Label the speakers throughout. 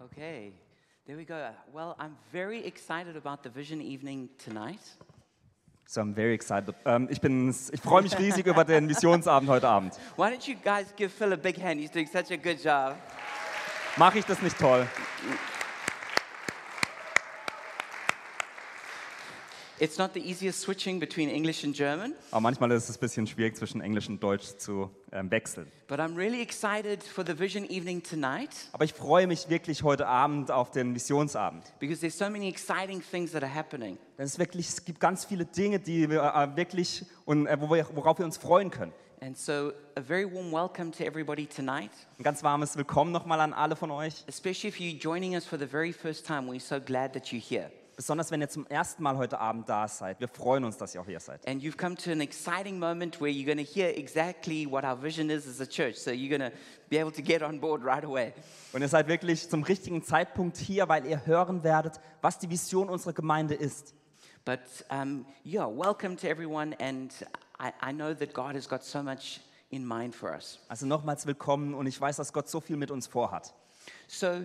Speaker 1: Okay, there we go. Well, I'm very excited about the vision evening tonight.
Speaker 2: So, I'm very excited. Ähm, ich bin's- ich freue mich riesig über den Missionsabend heute Abend.
Speaker 1: Why don't you guys give Phil a big hand? He's doing such a good job.
Speaker 2: Mache ich das nicht toll?
Speaker 1: It's not the easiest switching between English and German,
Speaker 2: Aber manchmal ist es ein bisschen schwierig, zwischen Englisch und Deutsch zu ähm, wechseln.
Speaker 1: but I'm really excited for the vision evening tonight
Speaker 2: Aber ich freue mich wirklich heute Abend auf den Missionsabend.
Speaker 1: because there's so many exciting things that are happening.
Speaker 2: Denn es, ist wirklich, es gibt ganz viele Dinge, die wir äh, wirklich und äh, wo wir, worauf wir uns freuen können.
Speaker 1: And so, a very warm welcome to everybody tonight,
Speaker 2: Ein ganz warmes Willkommen nochmal an alle von euch.
Speaker 1: especially if you're joining us for the very first time. We're so glad that you're here.
Speaker 2: Besonders wenn ihr zum ersten Mal heute Abend da seid. Wir freuen uns, dass ihr auch hier seid.
Speaker 1: And you've come to an exciting moment where you're going to hear exactly what our vision is as a church. So, you're going to be able to get on board right away.
Speaker 2: Und ihr seid wirklich zum richtigen Zeitpunkt hier, weil ihr hören werdet, was die Vision unserer Gemeinde ist.
Speaker 1: But um, yeah, welcome to everyone. And I, I know that God has got so much in mind for us.
Speaker 2: Also nochmals willkommen und ich weiß, dass Gott so viel mit uns vorhat.
Speaker 1: So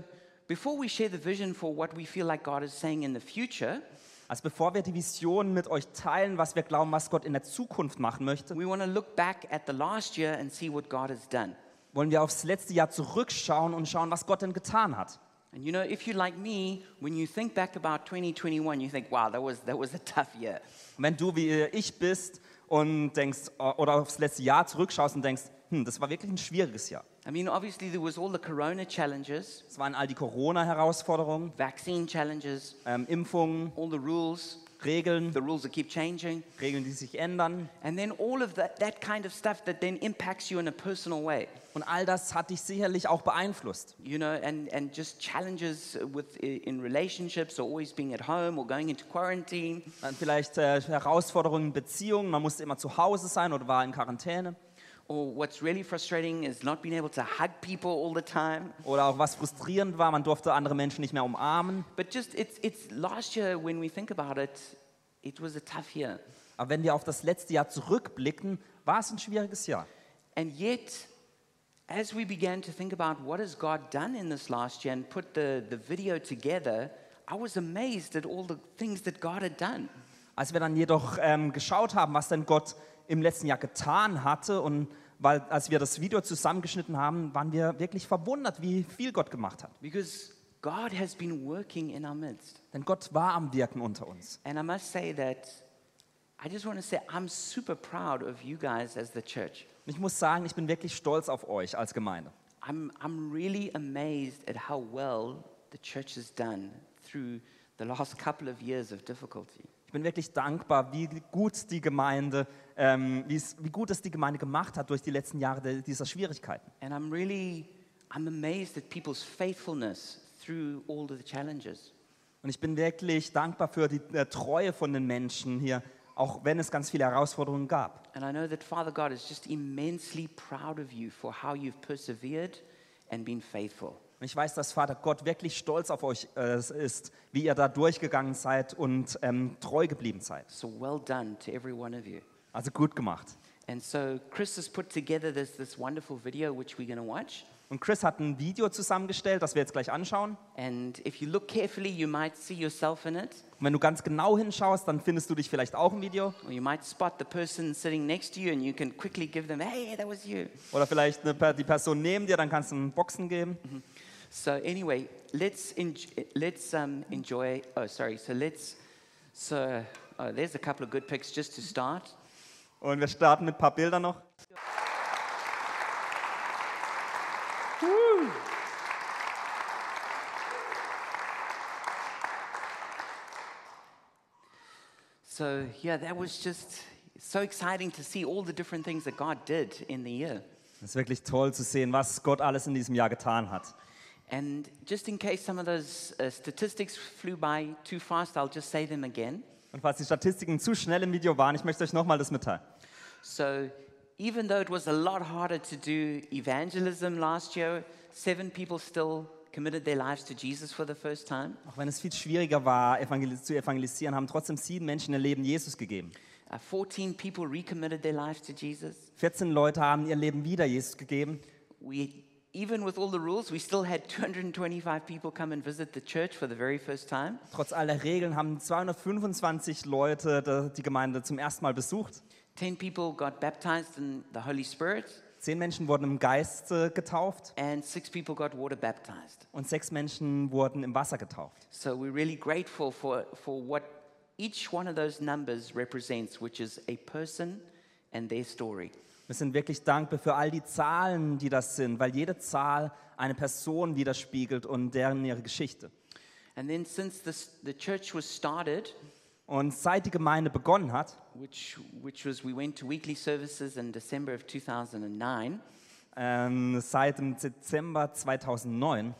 Speaker 1: before we share the vision for what we feel like God is saying in the future,
Speaker 2: Also bevor wir die Vision mit euch teilen, was wir glauben, was Gott in der Zukunft machen möchte,
Speaker 1: we want to look back at the last year and see what God has done.
Speaker 2: wollen wir aufs letzte Jahr zurückschauen und schauen, was Gott denn getan hat.
Speaker 1: And you know, if you're like me, when you think back about 2021, you think, wow, that was, that was a tough year.
Speaker 2: Und wenn du wie ich bist und denkst äh, oder aufs letzte Jahr zurückschaust und denkst, hm, das war wirklich ein schwieriges Jahr.
Speaker 1: I mean, obviously, there was all the corona challenges,
Speaker 2: Es waren all die Corona-Herausforderungen,
Speaker 1: vaccine challenges,
Speaker 2: ähm, Impfungen,
Speaker 1: all the rules,
Speaker 2: Regeln,
Speaker 1: the rules that keep changing.
Speaker 2: Regeln, die sich ändern.
Speaker 1: And then all of that, that kind of stuff that then impacts you in a personal way,
Speaker 2: Und all das hat dich sicherlich auch beeinflusst.
Speaker 1: you know, and, and just challenges with, in relationships or always being at home or going into quarantine.
Speaker 2: Dann vielleicht äh, Herausforderungen in Beziehungen, man musste immer zu Hause sein oder war in Quarantäne.
Speaker 1: Or what's really frustrating is not being able to hug people all the time.
Speaker 2: Oder auch was frustrierend war, man durfte andere Menschen nicht mehr umarmen.
Speaker 1: But just, it's, it's last year when we think about it, it was a tough year.
Speaker 2: Aber wenn wir auf das letzte Jahr zurückblicken, war es ein schwieriges Jahr.
Speaker 1: And yet, as we began to think about what has God done in this last year and put the, the video together, I was amazed at all the things that God had done.
Speaker 2: Als wir dann jedoch ähm, geschaut haben, was denn Gott im letzten Jahr getan hatte und weil, als wir das Video zusammengeschnitten haben, waren wir wirklich verwundert, wie viel Gott gemacht hat.
Speaker 1: Because God has been working in our midst.
Speaker 2: Denn Gott war am Wirken unter uns.
Speaker 1: And I must say that I just want to say I'm super proud of you guys as the church.
Speaker 2: Und ich muss sagen, ich bin wirklich stolz auf euch als Gemeinde.
Speaker 1: I'm, I'm really amazed at how well the church has done through the last couple of years of difficulty.
Speaker 2: Ich bin wirklich dankbar, wie gut die Gemeinde, ähm, wie es- wie gut es die Gemeinde gemacht hat durch die letzten Jahre de- dieser Schwierigkeiten.
Speaker 1: And I'm really, I'm amazed at people's faithfulness through all of the challenges.
Speaker 2: Und ich bin wirklich dankbar für die äh, Treue von den Menschen hier, auch wenn es ganz viele Herausforderungen gab.
Speaker 1: And I know that Father God is just immensely proud of you for how you've persevered and been faithful.
Speaker 2: Und ich weiß, dass Vater Gott wirklich stolz auf euch äh, ist, wie ihr da durchgegangen seid und ähm, treu geblieben seid.
Speaker 1: So well done to every one of you.
Speaker 2: Also gut gemacht.
Speaker 1: And so Chris has put together this, this wonderful video, which we're going to watch.
Speaker 2: Und Chris hat ein Video zusammengestellt, das wir jetzt gleich anschauen.
Speaker 1: And if you look carefully, you might see yourself in it,
Speaker 2: Und wenn du ganz genau hinschaust, dann findest du dich vielleicht auch im Video.
Speaker 1: or you might spot the person sitting next to you and you can quickly give them, hey, that was you.
Speaker 2: Oder vielleicht eine, Per- die Person neben dir, dann kannst du einen Boxen geben.
Speaker 1: So anyway, let's enj- let's um, enjoy. Oh, sorry. So let's. So oh, there's a couple of good picks just to start.
Speaker 2: Und wir starten mit ein paar Bildern noch.
Speaker 1: So yeah, that was just so exciting to see all the different things that God did in the year.
Speaker 2: Es ist wirklich toll zu sehen, was Gott alles in diesem Jahr getan hat.
Speaker 1: And just in case some of those uh, statistics flew by too fast, I'll just say them again.
Speaker 2: Und falls die Statistiken zu schnell im Video waren, ich möchte euch nochmal das mitteilen.
Speaker 1: So even though it was a lot harder to do evangelism last year, seven people still committed their lives to Jesus for the first time.
Speaker 2: Auch wenn es viel schwieriger war, evangeli zu evangelisieren, haben trotzdem sieben Menschen ihr Leben Jesus gegeben.
Speaker 1: Uh, 14 people recommitted their lives to Jesus.
Speaker 2: 14 Leute haben ihr Leben wieder Jesus gegeben.
Speaker 1: We even with all the rules, we still had 225 people come and visit the church for the very first time.
Speaker 2: Trotz aller Regeln haben 225 Leute da- die Gemeinde zum ersten Mal besucht.
Speaker 1: 10 people got baptized in the Holy Spirit,
Speaker 2: Zehn Menschen wurden im Geist äh, getauft
Speaker 1: and six people got water baptized.
Speaker 2: und sechs Menschen wurden im Wasser getauft.
Speaker 1: So we're really grateful for, for what each one of those numbers represents, which is a person and their story.
Speaker 2: Wir sind wirklich dankbar für all die Zahlen, die das sind, weil jede Zahl eine Person widerspiegelt und deren ihre Geschichte.
Speaker 1: And then since this, the church was started,
Speaker 2: Und seit die Gemeinde begonnen hat,
Speaker 1: which, which was we went to weekly services in December of 2009,
Speaker 2: ähm, seit dem Dezember 2009,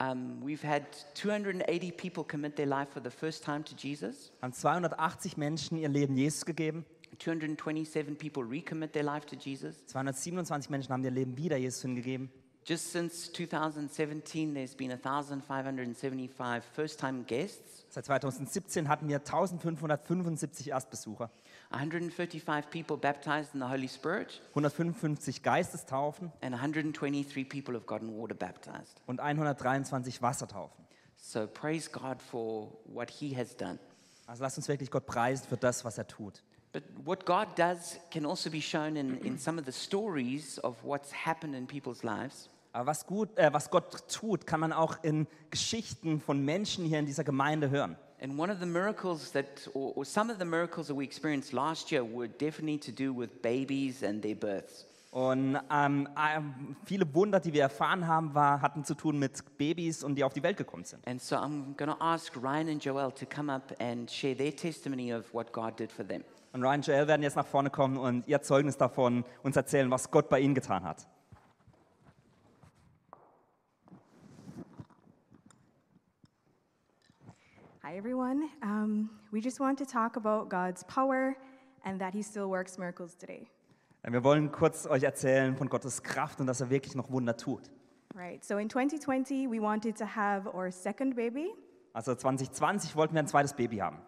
Speaker 1: um, we've had 280 people commit their life for the first time to Jesus.
Speaker 2: haben 280 Menschen ihr Leben Jesus gegeben.
Speaker 1: 227 people recommit their life to Jesus.
Speaker 2: 227 Menschen haben ihr Leben wieder Jesus hingegeben.
Speaker 1: Just since 2017, there's been 1,575 first time guests.
Speaker 2: Seit 2017 hatten wir 1575 Erstbesucher,
Speaker 1: 135 people baptized in the Holy Spirit,
Speaker 2: 155 Geistestaufen
Speaker 1: and 123 people have gotten water baptized.
Speaker 2: und 123 Wassertaufen.
Speaker 1: So praise God for what He has done.
Speaker 2: Also lasst uns wirklich Gott preisen für das, was er tut.
Speaker 1: But what God does can also be shown in, in some of the stories of what's happened in people's lives.
Speaker 2: Aber was, gut, äh, was Gott tut, kann man auch in Geschichten von Menschen hier in dieser Gemeinde hören.
Speaker 1: And one of the miracles that, or, or some of the miracles that we experienced last year were definitely to do with babies and their births.
Speaker 2: Und ähm, ähm, viele Wunder, die wir erfahren haben, war, hatten zu tun mit Babys und die auf die Welt gekommen sind.
Speaker 1: And so I'm going to ask Ryan and Joel to come up and share their testimony of what God did for them.
Speaker 2: Und Ryan und Joel werden jetzt nach vorne kommen und ihr Zeugnis davon uns erzählen, was Gott bei ihnen getan hat.
Speaker 3: Hi, everyone. Um, we just want to talk about God's power and that He still works miracles today.
Speaker 2: Wir wollen kurz euch erzählen von Gottes Kraft und dass er wirklich noch Wunder tut.
Speaker 3: Right. So in 2020, we wanted to have our second baby,
Speaker 2: Also 2020 wollten wir ein zweites Baby haben.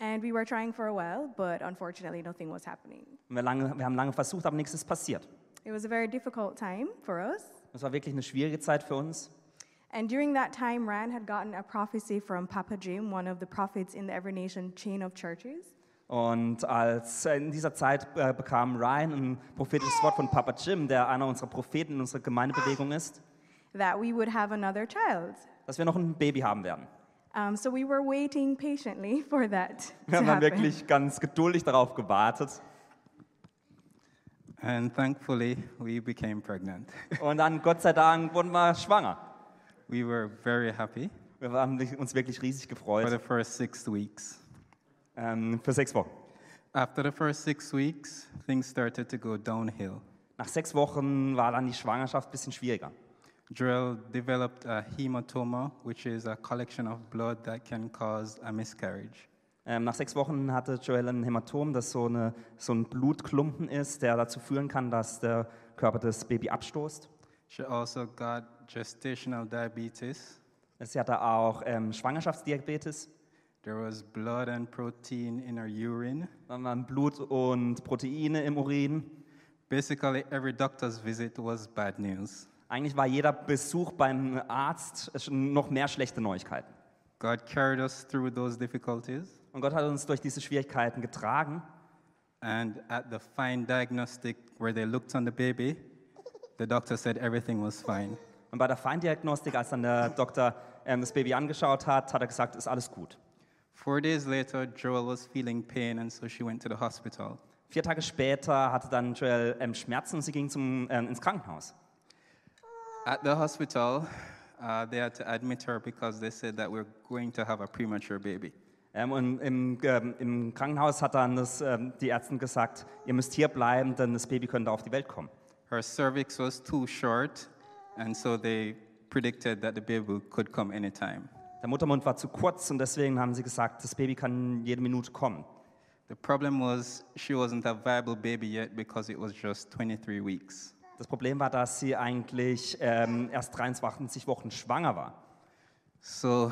Speaker 3: and we were trying for a while, but unfortunately, nothing was happening.
Speaker 2: Und wir, lange, wir haben lange versucht, aber nichts ist passiert.
Speaker 3: It was a very difficult time for us.
Speaker 2: Das war wirklich eine schwierige Zeit für uns.
Speaker 3: And during that time, Ran had gotten a prophecy from Papa Jim, one of the prophets in the Every Nation chain of churches.
Speaker 2: Und als äh, in dieser Zeit äh, bekam Ryan ein prophetisches Wort von Papa Jim, der einer unserer Propheten in unserer Gemeindebewegung ist,
Speaker 3: That we would have another child.
Speaker 2: dass wir noch ein Baby haben werden.
Speaker 3: Um, so we were waiting patiently for that
Speaker 2: Wir
Speaker 3: to
Speaker 2: haben dann
Speaker 3: happen.
Speaker 2: wirklich ganz geduldig darauf gewartet.
Speaker 4: And thankfully, we became pregnant.
Speaker 2: Und dann, Gott sei Dank, wurden wir schwanger.
Speaker 4: We were very happy
Speaker 2: Wir haben uns wirklich riesig
Speaker 4: for the
Speaker 2: gefreut.
Speaker 4: first six weeks.
Speaker 2: Ähm, für sechs Wochen.
Speaker 4: After the first six weeks, things started to go downhill.
Speaker 2: Nach sechs Wochen war dann die Schwangerschaft ein bisschen schwieriger.
Speaker 4: Joel developed a hematoma, which is a collection of blood that can cause a miscarriage.
Speaker 2: Ähm, nach sechs Wochen hatte Joel ein Hämatom, das so, eine, so ein Blutklumpen ist, der dazu führen kann, dass der Körper das Baby abstoßt.
Speaker 4: She also got gestational diabetes.
Speaker 2: Sie hatte auch ähm, Schwangerschaftsdiabetes.
Speaker 4: There was blood and protein in her urine.
Speaker 2: Dann waren Blut und Proteine im Urin.
Speaker 4: Basically, every doctor's visit was bad news.
Speaker 2: Eigentlich war jeder Besuch beim Arzt schon noch mehr schlechte Neuigkeiten.
Speaker 4: God carried us through those difficulties.
Speaker 2: Und Gott hat uns durch diese Schwierigkeiten getragen.
Speaker 4: And at the fine diagnostic where they looked on the baby, the doctor said everything was fine.
Speaker 2: Und bei der Feindiagnostik, als dann der Doktor ähm, das Baby angeschaut hat, hat er gesagt, ist alles gut.
Speaker 4: Four days later, Joel was feeling pain, and so she went to the hospital.
Speaker 2: Vier Tage später hatte dann Joel ähm, Schmerzen und sie ging zum, ähm, ins Krankenhaus.
Speaker 4: At the hospital, uh, they had to admit her because they said that we're going to have a premature baby.
Speaker 2: Ähm, und im, ähm, im Krankenhaus hat dann das, ähm, die Ärztin gesagt, ihr müsst hier bleiben, denn das Baby könnte auf die Welt kommen.
Speaker 4: Her cervix was too short, and so they predicted that the baby could come anytime.
Speaker 2: Der Muttermund war zu kurz und deswegen haben sie gesagt, das Baby kann jede Minute kommen.
Speaker 4: The problem was she wasn't a viable baby yet because it was just 23 weeks.
Speaker 2: Das Problem war, dass sie eigentlich ähm, erst 23 Wochen schwanger war.
Speaker 4: So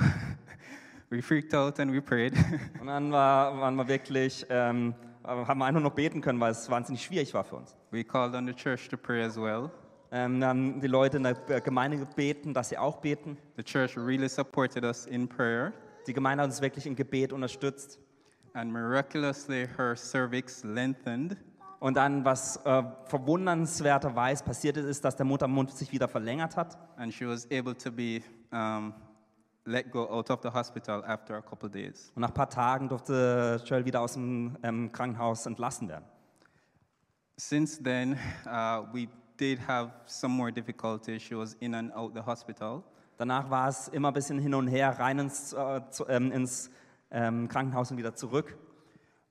Speaker 4: we freaked out and we prayed.
Speaker 2: Und dann war, waren wir wirklich, ähm, haben wir einfach noch beten können, weil es wahnsinnig schwierig war für uns.
Speaker 4: we called on the church to pray as well.
Speaker 2: Ähm, dann die Leute in der äh, Gemeinde beten, dass sie auch beten.
Speaker 4: The church really supported us in prayer,
Speaker 2: Die Gemeinde hat uns wirklich im Gebet unterstützt.
Speaker 4: and miraculously, her cervix lengthened,
Speaker 2: Und dann, was äh, verwundernswerterweise passiert ist, ist, dass der Muttermund sich wieder verlängert hat.
Speaker 4: and she was able to be um, let go out of the hospital after a couple days.
Speaker 2: Und nach ein paar Tagen durfte Cheryl wieder aus dem ähm, Krankenhaus entlassen werden.
Speaker 4: Since then, uh, we did have some more difficulties. She was in and out the hospital,
Speaker 2: Danach war es immer ein bisschen hin und her, rein ins, äh, zu, ähm, ins ähm, Krankenhaus und wieder zurück.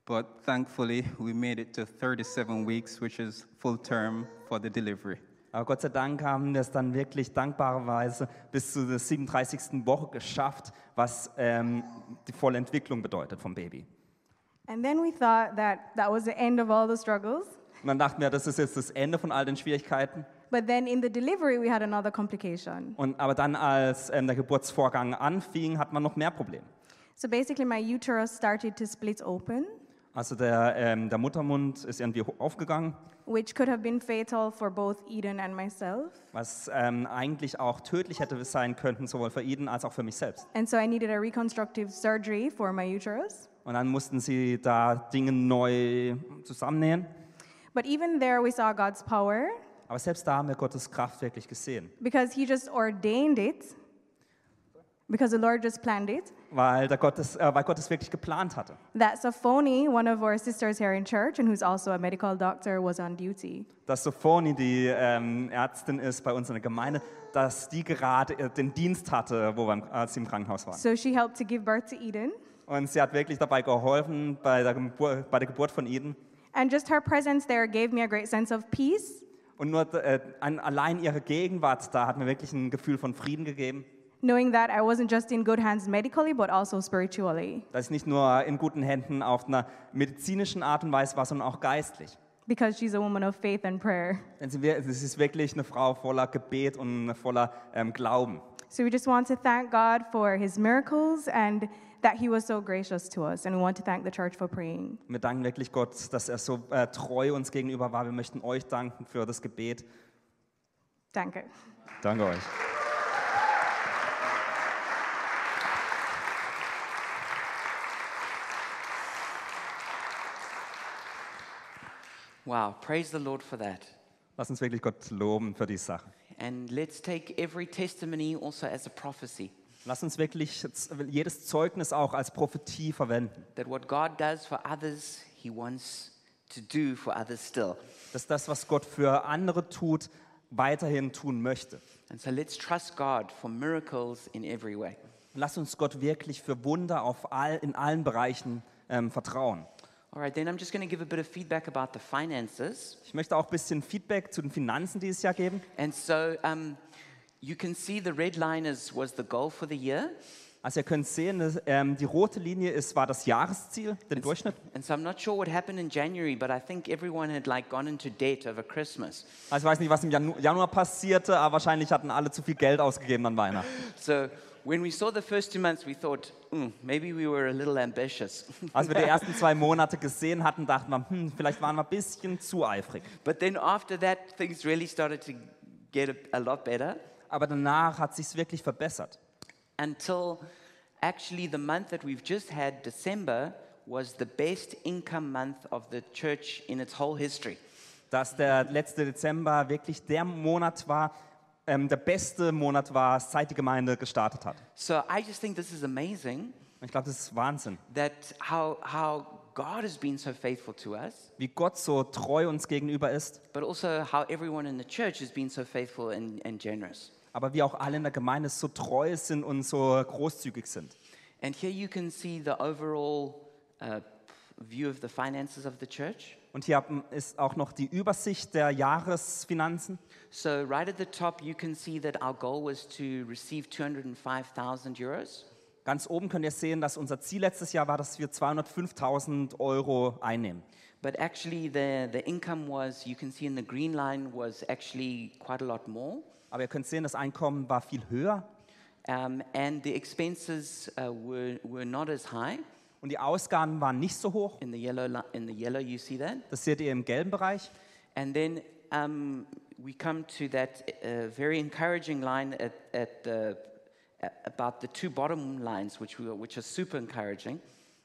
Speaker 4: but thankfully, we made it to 37 weeks, which is full term for the delivery.
Speaker 2: Aber Gott sei Dank haben wir es dann wirklich dankbarerweise bis zur 37. Woche geschafft, was ähm, die volle Entwicklung bedeutet vom Baby.
Speaker 3: And then we thought that that was the end of all the struggles.
Speaker 2: Und dann dachten wir, das ist jetzt das Ende von all den Schwierigkeiten.
Speaker 3: But then in the delivery, we had another complication.
Speaker 2: Und, aber dann, als ähm, der Geburtsvorgang anfing, hat man noch mehr Probleme.
Speaker 3: So basically, my uterus started to split open,
Speaker 2: Also der, ähm, der Muttermund ist irgendwie ho- aufgegangen,
Speaker 3: which could have been fatal for both Eden and myself.
Speaker 2: was ähm, eigentlich auch tödlich hätte sein können, sowohl für Eden als auch für mich selbst.
Speaker 3: And so I needed a reconstructive surgery for my uterus.
Speaker 2: Und dann mussten sie da Dinge neu zusammennähen.
Speaker 3: But even there, we saw God's power
Speaker 2: Aber selbst da haben wir Gottes Kraft wirklich gesehen,
Speaker 3: because He just ordained it, because the Lord just planned it.
Speaker 2: weil, der Gott es- äh, weil Gott es wirklich geplant hatte.
Speaker 3: That Sophoni, one of our sisters here in church and who's also a medical doctor, was on duty.
Speaker 2: Dass Sophoni, die ähm, Ärztin ist bei uns in der Gemeinde, dass die gerade äh, den Dienst hatte, wo wir, im- als sie im Krankenhaus waren.
Speaker 3: So she helped to give birth to Eden.
Speaker 2: Und sie hat wirklich dabei geholfen bei der, Gebur bei der Geburt von Eden.
Speaker 3: And just her presence there gave me a great sense of peace,
Speaker 2: Und nur äh, an, allein ihre Gegenwart da hat mir wirklich ein Gefühl von Frieden gegeben,
Speaker 3: knowing that I wasn't just in good hands medically, but also spiritually.
Speaker 2: dass ich nicht nur in guten Händen auf einer medizinischen Art und Weise war, sondern auch geistlich.
Speaker 3: because she's a woman of faith and prayer.
Speaker 2: Denn sie wir- es ist wirklich eine Frau voller Gebet und voller ähm, Glauben.
Speaker 3: So we just want to thank God for his miracles and that he was so gracious to us. And we want to thank the church for praying.
Speaker 2: Und wir danken wirklich Gott, dass er so äh, treu uns gegenüber war. Wir möchten euch danken für das Gebet.
Speaker 3: Danke.
Speaker 2: Danke euch.
Speaker 1: Wow, praise the Lord for that.
Speaker 2: Lass uns wirklich Gott loben für die Sache.
Speaker 1: And let's take every testimony also as a prophecy
Speaker 2: Lass uns wirklich jetzt jedes Zeugnis auch als Prophetie verwenden.
Speaker 1: that what God does for others, He wants to do for others still.
Speaker 2: dass das, was Gott für andere tut, weiterhin tun möchte.
Speaker 1: And so let's trust God for miracles in every way.
Speaker 2: Und lass uns Gott wirklich für Wunder auf all, in allen Bereichen ähm, vertrauen.
Speaker 1: All right, then I'm just going to give a bit of feedback about the finances.
Speaker 2: Ich möchte auch ein bisschen Feedback zu den Finanzen dieses Jahr geben.
Speaker 1: And so um, you can see the red line is, was the goal for the year.
Speaker 2: Also ihr könnt sehen, dass, ähm, die rote Linie ist, war das Jahresziel, den
Speaker 1: And s-
Speaker 2: Durchschnitt.
Speaker 1: And so I'm not sure what happened in January, but I think everyone had like gone into debt over Christmas.
Speaker 2: Also ich weiß nicht, was im Janu Januar passierte, aber wahrscheinlich hatten alle zu viel Geld ausgegeben an Weihnachten.
Speaker 1: So when we saw the first two months, we thought, "Mm, maybe we were a little ambitious.
Speaker 2: Als wir die ersten zwei Monate gesehen hatten, dachten wir, hm, vielleicht waren wir ein bisschen zu eifrig.
Speaker 1: but then after that, things really started to get a, a lot better
Speaker 2: Aber danach hat sich's wirklich verbessert.
Speaker 1: until actually the month that we've just had, December, was the best income month of the church in its whole history.
Speaker 2: dass der letzte Dezember wirklich der Monat war, ähm, der beste Monat war, seit die Gemeinde gestartet hat.
Speaker 1: So I just think this is amazing
Speaker 2: Und ich glaube, das ist Wahnsinn,
Speaker 1: that how, how God has been so faithful to us.
Speaker 2: wie Gott so treu uns gegenüber ist,
Speaker 1: but also how everyone in the church has been so faithful and, and generous.
Speaker 2: aber wie auch alle in der Gemeinde so treu sind und so großzügig sind.
Speaker 1: And here you can see the overall uh, view of the finances of the church.
Speaker 2: Und hier haben- ist auch noch die Übersicht der Jahresfinanzen.
Speaker 1: So, right at the top, you can see that our goal was to receive 205,000 euros.
Speaker 2: Ganz oben könnt ihr sehen, dass unser Ziel letztes Jahr war, dass wir 205.000 Euro einnehmen.
Speaker 1: But actually, the, the income was, you can see in the green line, was actually quite a lot more.
Speaker 2: Aber ihr könnt sehen, das Einkommen war viel höher
Speaker 1: Um, and the expenses uh, were, were not as high.
Speaker 2: und die Ausgaben waren nicht so hoch.
Speaker 1: In the, yellow, li- in the yellow, you see that.
Speaker 2: Das seht ihr im gelben Bereich.
Speaker 1: And then um, we come to that uh, very encouraging line at, at the, a- about the two bottom lines, which, we, which are super encouraging.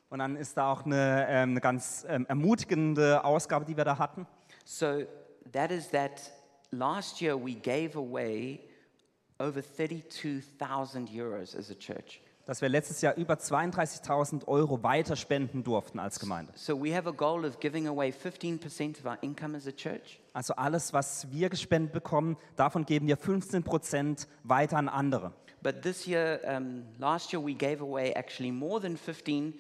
Speaker 2: Und dann ist da auch eine, ähm, eine ganz ähm, ermutigende Ausgabe, die wir da hatten.
Speaker 1: So that is that last year we gave away over 32,000 euros as a church.
Speaker 2: dass wir letztes Jahr über 32.000 Euro weiter spenden durften als Gemeinde.
Speaker 1: So we have a goal of giving away 15% of our income as a church.
Speaker 2: Also alles, was wir gespendet bekommen, davon geben wir 15 Prozent weiter an andere.
Speaker 1: But this year, um, last year, we gave away actually more than 15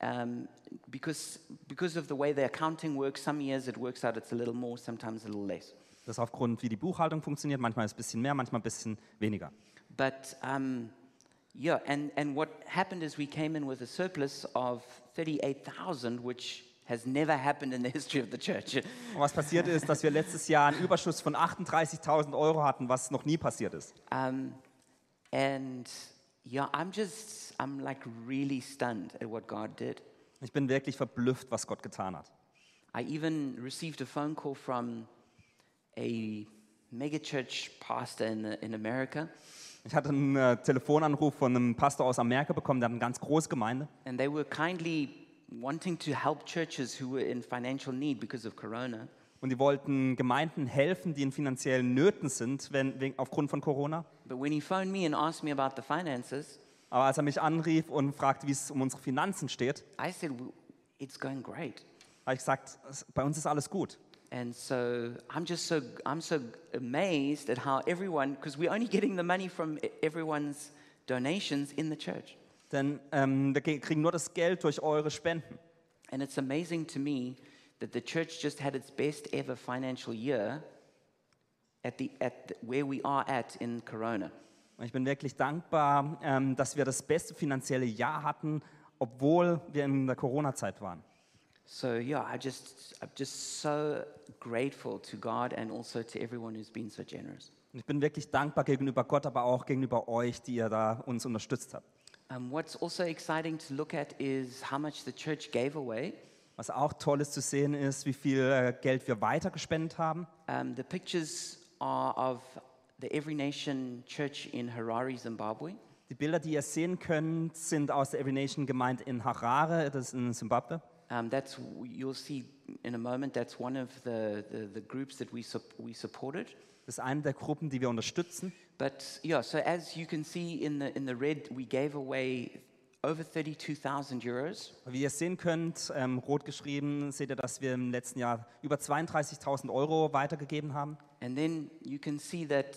Speaker 1: um, because, because of the way the accounting works. Some years it works out it's a little more, sometimes a little less.
Speaker 2: Das ist aufgrund, wie die Buchhaltung funktioniert. Manchmal ist ein bisschen mehr, manchmal ein bisschen weniger.
Speaker 1: But um, yeah, and, and what happened is we came in with a surplus of 38,000, which has never happened in the history of the church.
Speaker 2: Und was passiert ist, dass wir letztes Jahr einen Überschuss von 38.000 Euro hatten, was noch nie passiert ist.
Speaker 1: Um, and yeah, I'm just, I'm like really stunned at what God did.
Speaker 2: Ich bin wirklich verblüfft, was Gott getan hat.
Speaker 1: I even received a phone call from a megachurch pastor in, in America,
Speaker 2: Ich hatte einen äh, Telefonanruf von einem Pastor aus Amerika bekommen, der hat eine ganz große Gemeinde.
Speaker 1: and they were kindly wanting to help churches who were in financial need because of Corona.
Speaker 2: Und die wollten Gemeinden helfen, die in finanziellen Nöten sind, wenn, wegen, aufgrund von Corona.
Speaker 1: But when he phoned me and asked me about the finances,
Speaker 2: Aber als er mich anrief und fragte, wie es um unsere Finanzen steht,
Speaker 1: I said, "W- "It's going great."
Speaker 2: habe ich gesagt, "Es- bei uns ist alles gut.
Speaker 1: And so I'm just so I'm so amazed at how everyone, because we're only getting the money from e- everyone's donations in the church,
Speaker 2: Denn ähm, wir ge- kriegen nur das Geld durch eure Spenden.
Speaker 1: and it's amazing to me that the church just had its best ever financial year at the at the, where we are at in Corona.
Speaker 2: Und ich bin wirklich dankbar, ähm, dass wir das beste finanzielle Jahr hatten, obwohl wir in der Corona-Zeit waren.
Speaker 1: So yeah, I just I'm just so grateful to God and also to everyone who's been so generous.
Speaker 2: Und ich bin wirklich dankbar gegenüber Gott, aber auch gegenüber euch, die ihr da uns unterstützt habt.
Speaker 1: Um, what's also exciting to look at is how much the church gave away.
Speaker 2: Was auch toll ist zu sehen, ist, wie viel äh, Geld wir weitergespendet haben.
Speaker 1: Um, the pictures are of the Every Nation Church in Harare, Zimbabwe.
Speaker 2: Die Bilder, die ihr sehen könnt, sind aus der Every Nation Gemeinde in Harare, das ist in Simbabwe.
Speaker 1: Um, that's you'll see in a moment. That's one of the, the, the groups that we sup- we supported.
Speaker 2: Das ist eine der Gruppen, die wir unterstützen.
Speaker 1: But yeah, so as you can see in the in the red, we gave away over thirty-two thousand euros,
Speaker 2: Wie ihr sehen könnt, ähm, rot geschrieben, seht ihr, dass wir im letzten Jahr über 32.000 Euro weitergegeben haben.
Speaker 1: and then you can see that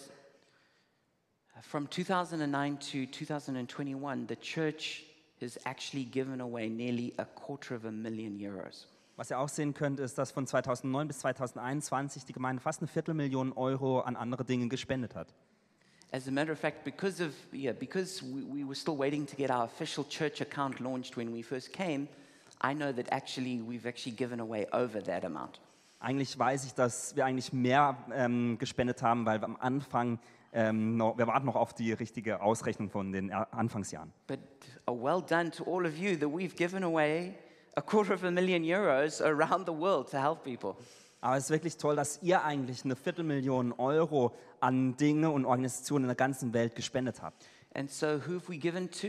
Speaker 1: uh, from 2009 to 2021, the church has actually given away nearly a quarter of a million euros.
Speaker 2: Was ihr auch sehen könnt, ist, dass von 2009 bis 2021 die Gemeinde fast eine Viertelmillion Euro an andere Dinge gespendet hat.
Speaker 1: As a matter of fact, because of yeah, because we, we were still waiting to get our official church account launched when we first came, I know that actually we've actually given away over that amount.
Speaker 2: Eigentlich weiß ich, dass wir eigentlich mehr ähm, gespendet haben, weil wir am Anfang, ähm, noch, wir warten noch auf die richtige Ausrechnung von den Er- Anfangsjahren.
Speaker 1: But a well done to all of you that we've given away a quarter of a million euros around the world to help people.
Speaker 2: Aber es ist wirklich toll, dass ihr eigentlich eine Viertelmillion Euro an Dinge und Organisationen in der ganzen Welt gespendet habt.
Speaker 1: And so who have we given to?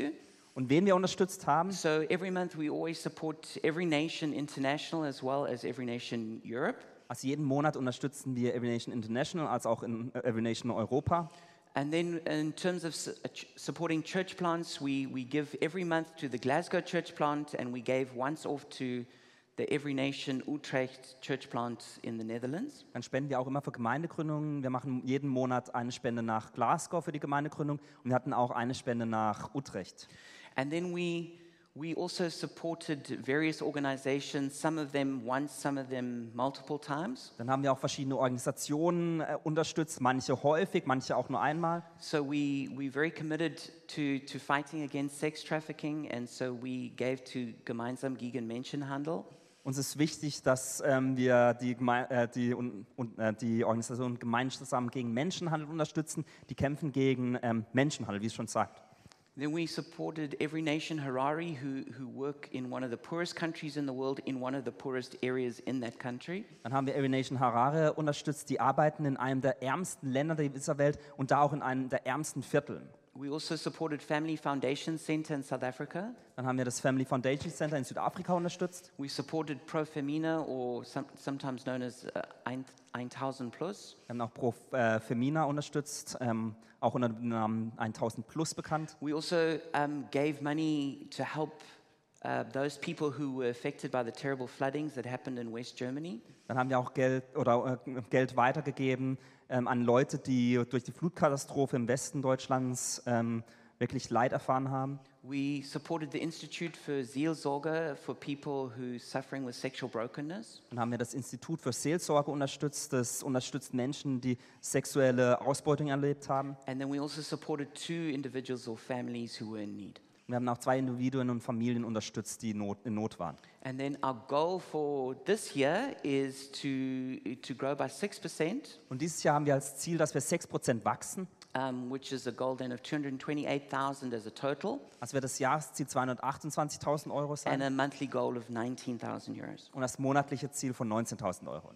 Speaker 2: Und wen wir unterstützt haben,
Speaker 1: So every month we always support Every Nation International as well as Every Nation Europe.
Speaker 2: also jeden Monat unterstützen wir Every Nation International, als auch in äh, Every Nation Europa.
Speaker 1: And then, in terms of su- uh, ch- supporting church plants, we, we give every month to the Glasgow church plant, and we gave once off to the Every Nation Utrecht church plant in the Netherlands.
Speaker 2: Dann spenden wir auch immer für Gemeindegründungen. Wir machen jeden Monat eine Spende nach Glasgow für die Gemeindegründung und wir hatten auch eine Spende nach Utrecht.
Speaker 1: And then we, we also supported various organizations, some of them once, some of them multiple times.
Speaker 2: Dann haben wir auch verschiedene Organisationen äh, unterstützt, manche häufig, manche auch nur einmal.
Speaker 1: So we, we're very committed to, to fighting against sex trafficking, and so we gave to Gemeinsam gegen Menschenhandel.
Speaker 2: Uns ist wichtig, dass ähm, wir die, Geme äh, die, un und, äh, die Organisation gemeinsam gegen Menschenhandel unterstützen. Die kämpfen gegen ähm, Menschenhandel, wie es schon sagt.
Speaker 1: Then we supported Every Nation Harari, who, who work in one of the poorest countries in the world, in one of the poorest areas in that country.
Speaker 2: Dann haben wir Every Nation Harare unterstützt, die arbeiten in einem der ärmsten Länder dieser Welt und da auch in einem der ärmsten Viertel.
Speaker 1: We also supported Family Foundation Center in South Africa.
Speaker 2: Dann haben wir das Family Foundation Center in Südafrika unterstützt.
Speaker 1: We supported Pro Femina, or some, sometimes known as uh, 1000 Plus.
Speaker 2: Wir haben auch Pro äh, Femina unterstützt, ähm, auch unter dem Namen 1000 Plus bekannt.
Speaker 1: We also um, gave money to help uh, those people who were affected by the terrible floodings that happened in West Germany.
Speaker 2: Dann haben wir auch Geld, oder, äh, Geld weitergegeben ähm, an Leute, die durch die Flutkatastrophe im Westen Deutschlands ähm, wirklich Leid erfahren haben.
Speaker 1: We supported the Institute for Seelsorge for people who are suffering with sexual brokenness.
Speaker 2: Dann haben wir das Institut für Seelsorge unterstützt, das unterstützt Menschen, die sexuelle Ausbeutung erlebt haben.
Speaker 1: And then we also supported two individuals or families who were in need.
Speaker 2: Wir haben auch zwei Individuen und Familien unterstützt, die not, in Not waren.
Speaker 1: And then our goal for this year is to, to grow by 6%,
Speaker 2: Und dieses Jahr haben wir als Ziel, dass wir 6% wachsen.
Speaker 1: um, which is a goal then of 228,000 as a total,
Speaker 2: Also wird das Jahresziel 228.000 Euro
Speaker 1: and
Speaker 2: sein
Speaker 1: a monthly goal of 19,000 euros.
Speaker 2: und das monatliche Ziel von 19.000 Euro.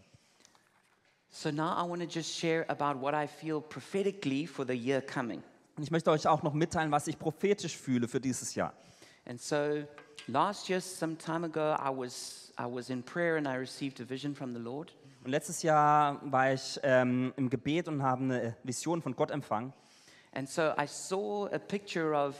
Speaker 1: So now I want to just share about what I feel prophetically for the year coming.
Speaker 2: Und ich möchte euch auch noch mitteilen, was ich prophetisch fühle für dieses Jahr.
Speaker 1: And so last year, some time ago, I was, I was in prayer and I received a vision from the Lord.
Speaker 2: Und letztes Jahr war ich ähm, im Gebet und habe eine Vision von Gott empfangen.
Speaker 1: And so I saw a picture of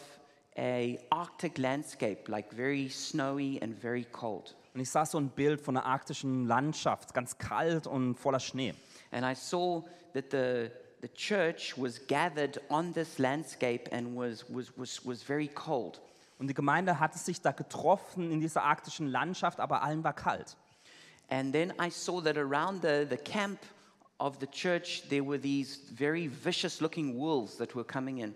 Speaker 1: a Arctic landscape, like very snowy and very cold.
Speaker 2: Und ich sah so ein Bild von einer arktischen Landschaft, ganz kalt und voller Schnee.
Speaker 1: And I saw that the, the church was gathered on this landscape and was, was, was, was very cold.
Speaker 2: Und die Gemeinde hatte sich da getroffen in dieser arktischen Landschaft, aber allen war kalt.
Speaker 1: And then I saw that around the, the camp of the church, there were these very vicious looking wolves that were coming in.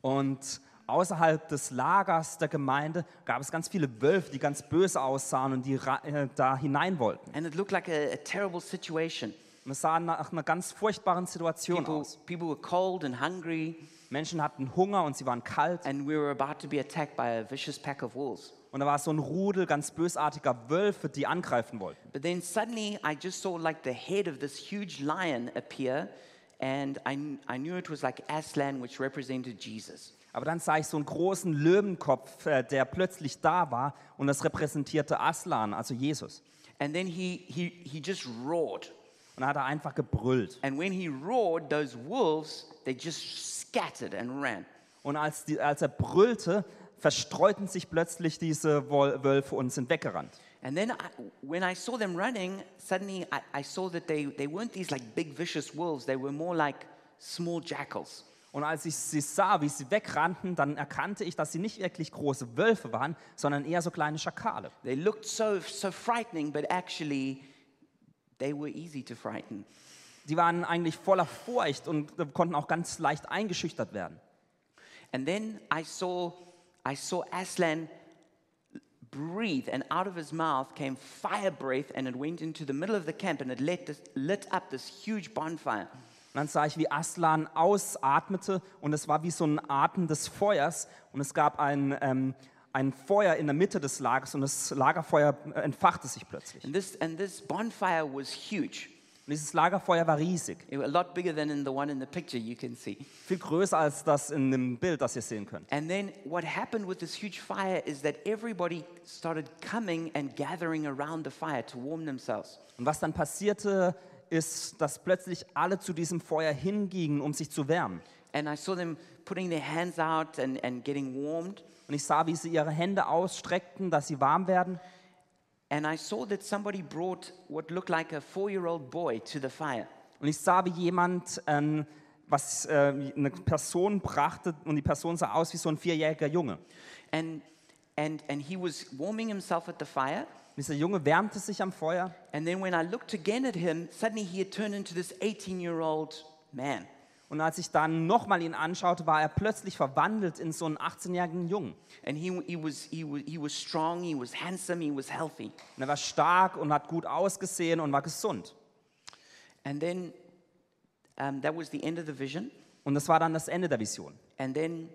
Speaker 2: Und außerhalb des Lagers der Gemeinde gab es ganz viele Wölfe, die ganz böse aussahen und die ra- äh, da hinein wollten.
Speaker 1: And it looked like a, a terrible situation.
Speaker 2: Und es sah nach einer ganz furchtbaren Situation
Speaker 1: People,
Speaker 2: aus.
Speaker 1: people were cold and hungry,
Speaker 2: Menschen hatten Hunger und sie waren kalt.
Speaker 1: and we were about to be attacked by a vicious pack of wolves.
Speaker 2: Und da war so ein Rudel ganz bösartiger Wölfe, die angreifen wollten.
Speaker 1: But then suddenly I just saw like the head of this huge lion appear, and I, kn- I knew it was like Aslan, which represented Jesus.
Speaker 2: Aber dann sah ich so einen großen Löwenkopf, äh, der plötzlich da war und das repräsentierte Aslan, also Jesus.
Speaker 1: And then he, he, he just roared.
Speaker 2: Und da hat er einfach gebrüllt.
Speaker 1: And when he roared, those wolves, they just scattered and ran.
Speaker 2: Und als, die, als er brüllte, verstreuten sich plötzlich diese Wol- Wölfe und sind weggerannt.
Speaker 1: And then I, when I saw them running, suddenly I, I saw that they, they weren't these like big vicious wolves, they were more like small jackals.
Speaker 2: Und als ich sie sah, wie sie wegrannten, dann erkannte ich, dass sie nicht wirklich große Wölfe waren, sondern eher so kleine Schakale.
Speaker 1: They looked so, so frightening, but actually, they were easy to frighten.
Speaker 2: Die waren eigentlich voller Furcht und konnten auch ganz leicht eingeschüchtert werden.
Speaker 1: And then I saw, I saw Aslan breathe, and out of his mouth came fire breath, and it went into the middle of the camp, and it lit, this, lit up this huge bonfire.
Speaker 2: Und dann sah ich, wie Aslan ausatmete und es war wie so ein Atmen des Feuers und es gab ein, ähm, ein Feuer in der Mitte des Lagers und das Lagerfeuer äh, entfachte sich plötzlich.
Speaker 1: And
Speaker 2: Und
Speaker 1: this, and this bonfire was huge,
Speaker 2: dieses Lagerfeuer war riesig,
Speaker 1: It was a lot bigger than in the one in the picture you can see.
Speaker 2: viel größer als das in dem Bild, das ihr sehen könnt.
Speaker 1: And then what happened with this huge fire is that everybody started coming and gathering around the fire to warm themselves.
Speaker 2: Und was dann passierte, ist, dass plötzlich alle zu diesem Feuer hingingen, um sich zu wärmen.
Speaker 1: And I saw them putting their hands out and, and getting warmed.
Speaker 2: Und ich sah, wie sie ihre Hände ausstreckten, dass sie warm werden.
Speaker 1: And I saw that somebody brought what looked like a four year old boy to the fire.
Speaker 2: Und ich sah, wie jemand ähm, was, äh, eine Person brachte und die Person sah aus wie so ein vierjähriger Junge. Und
Speaker 1: And, and, and he was warming himself at the fire.
Speaker 2: dieser Junge wärmte sich am Feuer.
Speaker 1: And then when I looked again at him, suddenly he had turned into this 18 year old man.
Speaker 2: Und als ich dann nochmal ihn anschaute, war er plötzlich verwandelt in so einen 18-jährigen Jungen.
Speaker 1: And he, he, was, he, was, he was strong, he was handsome, he was healthy.
Speaker 2: Und er war stark und hat gut ausgesehen und war gesund.
Speaker 1: And then um, that was the end of the vision.
Speaker 2: Und das war dann das Ende der Vision.
Speaker 1: And then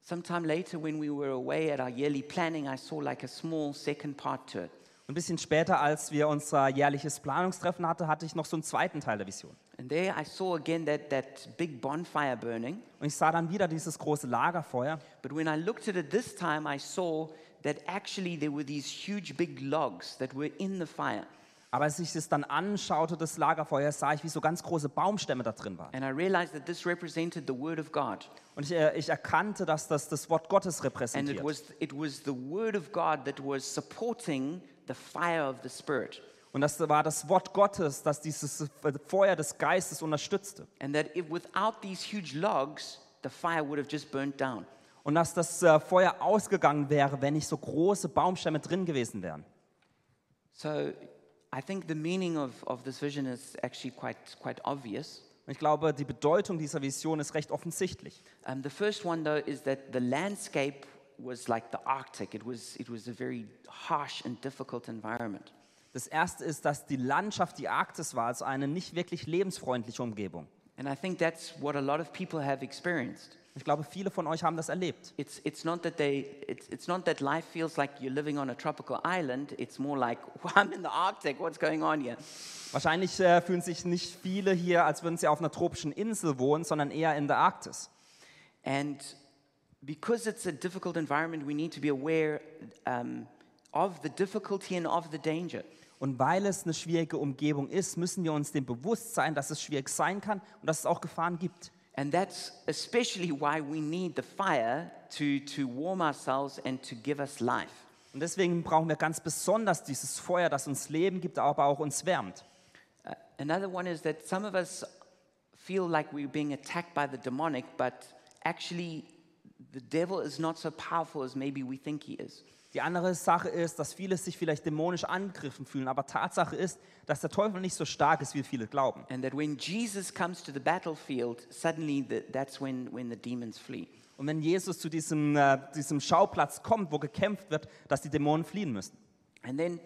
Speaker 1: Sometime later, when we were away at our yearly planning, I saw like a small second part to it.
Speaker 2: Und ein bisschen später, als wir unser jährliches Planungstreffen hatten, hatte ich noch so einen zweiten Teil der Vision.
Speaker 1: And there I saw again that, that big bonfire burning.
Speaker 2: Und ich sah dann wieder dieses große Lagerfeuer.
Speaker 1: But when I looked at it this time, I saw that actually there were these huge big logs that were in the fire.
Speaker 2: Aber als ich es dann anschaute, das Lagerfeuer, sah ich, wie so ganz große Baumstämme da drin waren.
Speaker 1: And I realized that this represented the Word of God.
Speaker 2: Und ich, äh, ich erkannte, dass das das Wort Gottes
Speaker 1: And it
Speaker 2: repräsentiert.
Speaker 1: was, it was the Word of God that was supporting the fire of the Spirit.
Speaker 2: Und das war das Wort Gottes, das dieses äh, Feuer des Geistes unterstützte.
Speaker 1: And that if without these huge logs, the fire would have just burnt down.
Speaker 2: Und dass das äh, Feuer ausgegangen wäre, wenn nicht so große Baumstämme drin gewesen wären.
Speaker 1: So I think the meaning of, of this vision is actually quite, quite obvious.
Speaker 2: Und ich glaube, die Bedeutung dieser Vision ist recht offensichtlich.
Speaker 1: Um, the first one, though, is that the landscape was like the Arctic. It was, it was a very harsh and difficult environment.
Speaker 2: Das erste ist, dass die Landschaft die Arktis war, also eine nicht wirklich lebensfreundliche Umgebung.
Speaker 1: And I think that's what a lot of people have experienced.
Speaker 2: Ich glaube, viele von euch haben das erlebt.
Speaker 1: It's, it's, not that they, it's, it's not that life feels like you're living on a tropical island. It's more like, "Well, I'm in the Arctic. What's going on here?
Speaker 2: Wahrscheinlich äh, fühlen sich nicht viele hier, als würden sie auf einer tropischen Insel wohnen, sondern eher in der Arktis.
Speaker 1: And because it's a difficult environment, we need to be aware um, of the difficulty and of the danger.
Speaker 2: Und weil es eine schwierige Umgebung ist, müssen wir uns dem bewusst sein, dass es schwierig sein kann und dass es auch Gefahren gibt.
Speaker 1: And that's especially why we need the fire to, to warm ourselves and to give us life.
Speaker 2: Und deswegen brauchen wir ganz besonders dieses Feuer, das uns Leben gibt, aber auch uns wärmt.
Speaker 1: Uh, another one is that some of us feel like we're being attacked by the demonic, but actually, the devil is not so powerful as maybe we think he is.
Speaker 2: Die andere Sache ist, dass viele sich vielleicht dämonisch angegriffen fühlen, aber Tatsache ist, dass der Teufel nicht so stark ist, wie viele glauben.
Speaker 1: And that when Jesus comes to the battlefield, suddenly the, that's when, when the demons flee.
Speaker 2: Und wenn Jesus zu diesem, äh, diesem Schauplatz kommt, wo gekämpft wird, dass die Dämonen fliehen müssen.
Speaker 1: And then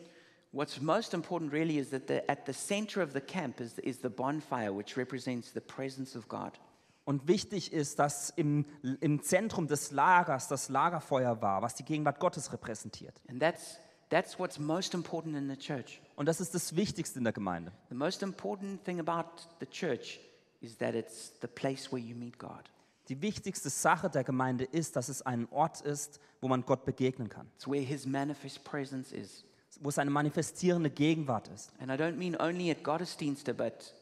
Speaker 1: what's most important really is that the, at the center of the camp is, is the bonfire, which represents the presence of God.
Speaker 2: Und wichtig ist, dass im, im Zentrum des Lagers das Lagerfeuer war, was die Gegenwart Gottes repräsentiert.
Speaker 1: And that's, that's what's most important in the church.
Speaker 2: Und das ist das Wichtigste in der Gemeinde.
Speaker 1: The most important thing about the church is that it's the place where you meet God.
Speaker 2: Die wichtigste Sache der Gemeinde ist, dass es ein Ort ist, wo man Gott begegnen kann,
Speaker 1: It's where his manifest presence is.
Speaker 2: wo seine manifestierende Gegenwart ist.
Speaker 1: And I don't mean only at Gottesdienste, but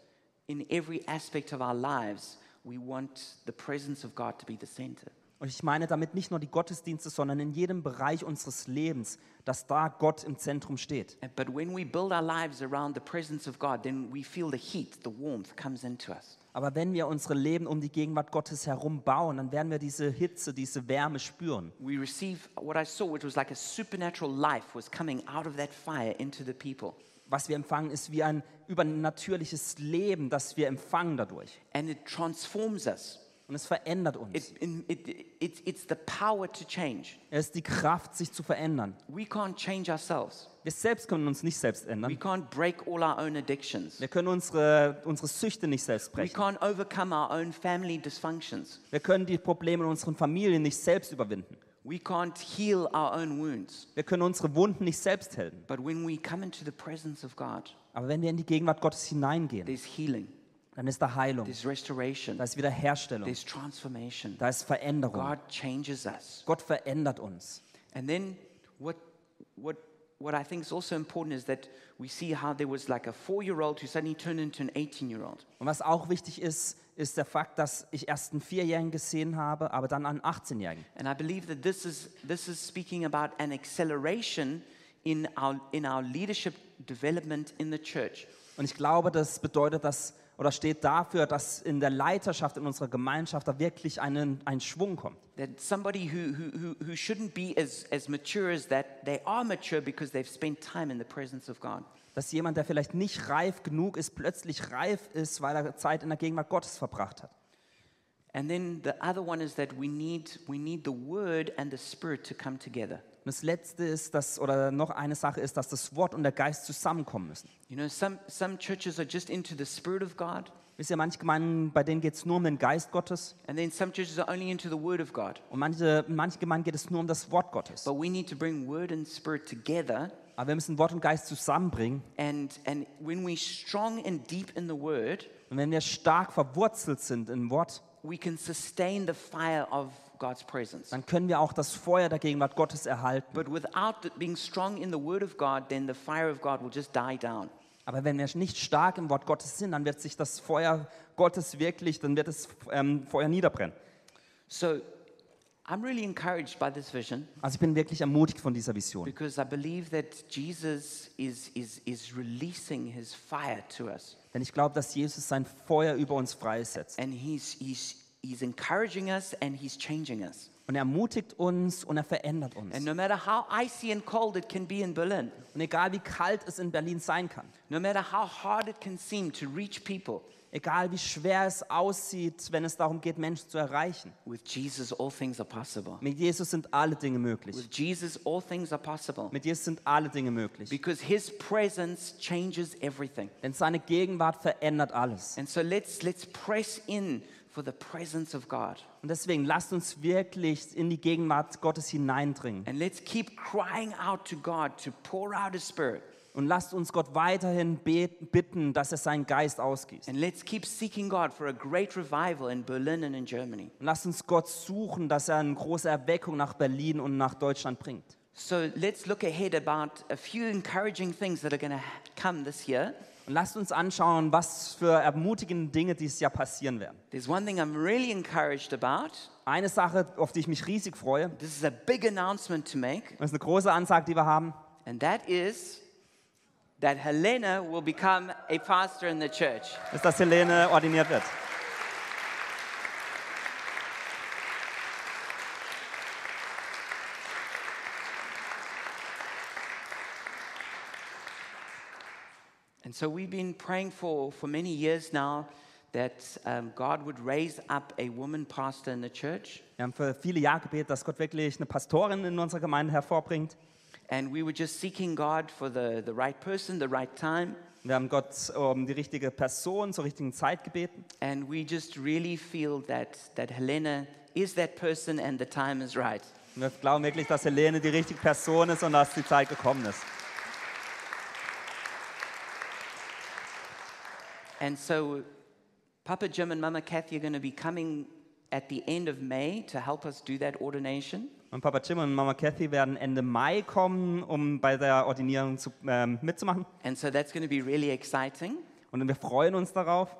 Speaker 1: in every aspect of our lives, we want the presence of God to be the center.
Speaker 2: Und ich meine damit nicht nur die Gottesdienste, sondern in jedem Bereich unseres Lebens, dass da Gott im Zentrum steht.
Speaker 1: And- But when we build our lives around the presence of God, then we feel the heat, the warmth comes into us.
Speaker 2: Aber wenn wir unsere Leben um die Gegenwart Gottes herum bauen, dann werden wir diese Hitze, diese Wärme spüren.
Speaker 1: We receive what I saw, which was like a supernatural life was coming out of that fire into the people.
Speaker 2: Was wir empfangen, ist wie ein übernatürliches Leben, das wir empfangen dadurch.
Speaker 1: And it transforms us.
Speaker 2: Und es verändert uns.
Speaker 1: It, in- it, it, it's the power to change.
Speaker 2: es ist die Kraft, sich zu verändern.
Speaker 1: We can't change ourselves.
Speaker 2: Wir selbst können uns nicht selbst
Speaker 1: We
Speaker 2: ändern.
Speaker 1: can't break all our own addictions.
Speaker 2: Wir können unsere, unsere Süchte nicht selbst
Speaker 1: We
Speaker 2: brechen.
Speaker 1: can't overcome our own family dysfunctions.
Speaker 2: Wir können die Probleme in unseren Familien nicht selbst überwinden.
Speaker 1: We can't heal our own wounds.
Speaker 2: Wir können unsere Wunden nicht selbst helfen.
Speaker 1: But when we come into the presence of God,
Speaker 2: Aber wenn wir in die Gegenwart Gottes hineingehen,
Speaker 1: there's healing,
Speaker 2: dann ist da Heilung,
Speaker 1: there's restoration,
Speaker 2: da ist Wiederherstellung,
Speaker 1: there's transformation.
Speaker 2: da ist Veränderung.
Speaker 1: God changes us.
Speaker 2: Gott verändert uns.
Speaker 1: And then what, what, what I think is also important is that we see how there was like a four year old who suddenly turned into an 18 year old.
Speaker 2: Und was auch wichtig ist, ist der Fakt, dass ich erst einen Vierjährigen gesehen habe, aber dann einen 18-Jährigen.
Speaker 1: And I believe that this is, this is speaking about an acceleration in our, in our leadership development in the church.
Speaker 2: Und ich glaube, das bedeutet das oder steht dafür, dass in der Leiterschaft, in unserer Gemeinschaft da wirklich einen, ein Schwung kommt.
Speaker 1: That somebody who, who, who, who shouldn't be as, as mature as that, they are mature because they've spent time in the presence of God.
Speaker 2: Dass jemand, der vielleicht nicht reif genug ist, plötzlich reif ist, weil er Zeit in der Gegenwart Gottes verbracht hat.
Speaker 1: And then the other one is that we need, we need the word and the spirit to come together.
Speaker 2: Und das Letzte ist, dass, oder noch eine Sache ist, dass das Wort und der Geist zusammenkommen müssen.
Speaker 1: You know, some, some churches are just into the Spirit of God,
Speaker 2: Wisst ihr, manche Gemeinden, bei denen geht es nur um den Geist Gottes
Speaker 1: And then some churches are only into the Word of God.
Speaker 2: und manche, in manchen Gemeinden geht es nur um das Wort Gottes.
Speaker 1: But we need to bring Word and Spirit together.
Speaker 2: Aber wir müssen Wort und Geist zusammenbringen.
Speaker 1: And, and when we're strong and deep in the Word,
Speaker 2: Und wenn wir stark verwurzelt sind im Wort,
Speaker 1: we can sustain the fire of God's presence.
Speaker 2: dann können wir auch das Feuer der Gegenwart Gottes erhalten.
Speaker 1: But without it being strong in the Word of God, then the fire of God will just die down.
Speaker 2: Aber wenn wir nicht stark im Wort Gottes sind, dann wird sich das Feuer Gottes wirklich, dann wird das ähm, Feuer niederbrennen.
Speaker 1: So I'm really encouraged by this vision
Speaker 2: Also ich bin wirklich ermutigt von dieser Vision,
Speaker 1: because I believe that Jesus is, is, is releasing his fire to us.
Speaker 2: denn ich glaube, dass Jesus sein Feuer über uns freisetzt
Speaker 1: And he's, he's, he's encouraging us and he's changing us.
Speaker 2: und er ermutigt uns und er verändert
Speaker 1: And
Speaker 2: uns.
Speaker 1: no matter how icy and cold it can be in Berlin,
Speaker 2: Und egal wie kalt es in Berlin sein kann,
Speaker 1: no matter how hard it can seem to reach people,
Speaker 2: egal wie schwer es aussieht, wenn es darum geht, Menschen zu erreichen,
Speaker 1: with Jesus all things are possible.
Speaker 2: mit Jesus sind alle Dinge möglich.
Speaker 1: With Jesus all things are possible
Speaker 2: Mit Jesus sind alle Dinge möglich,
Speaker 1: because his presence changes everything.
Speaker 2: denn seine Gegenwart verändert alles.
Speaker 1: And so let's let's press in for the presence of God.
Speaker 2: Und deswegen lasst uns wirklich in die Gegenwart Gottes hineindringen.
Speaker 1: And let's keep crying out to God to pour out His Spirit.
Speaker 2: Und lasst uns Gott weiterhin beten, bitten, dass er seinen Geist ausgießt.
Speaker 1: And let's keep seeking God for a great revival in Berlin and in Germany.
Speaker 2: Und lasst uns Gott suchen, dass er eine große Erweckung nach Berlin und nach Deutschland bringt.
Speaker 1: So let's look ahead about a few encouraging things that are going to come this year.
Speaker 2: Und lasst uns anschauen, was für ermutigende Dinge dieses Jahr passieren werden.
Speaker 1: There's one thing I'm really encouraged about.
Speaker 2: Eine Sache, auf die ich mich riesig freue, und
Speaker 1: This is a big announcement to make,
Speaker 2: das ist eine große Ansage, die wir haben,
Speaker 1: and that is that Helena will become a pastor in the church.
Speaker 2: ist, dass Helene ordiniert wird.
Speaker 1: And so we've been praying for, for many years now that um, God would raise up a woman pastor in the church
Speaker 2: Wir haben für viele Jahre gebetet, dass Gott wirklich eine Pastorin in unserer Gemeinde hervorbringt.
Speaker 1: and we were just seeking God for the, the right person, the right time.
Speaker 2: Wir haben Gott um die richtige Person zur richtigen Zeit gebeten.
Speaker 1: And we just really feel that, that Helena is that person and the time is right.
Speaker 2: Und wir glauben wirklich, dass Helene die richtige Person ist und dass die Zeit gekommen ist.
Speaker 1: And so Papa Jim and Mama Kathy are going to be coming at the end of May to help us do that ordination.
Speaker 2: Und Papa Jim und Mama Kathy werden Ende Mai kommen, um bei der Ordinierung zu, ähm, mitzumachen.
Speaker 1: And so that's going to be really exciting.
Speaker 2: Und wir freuen uns darauf.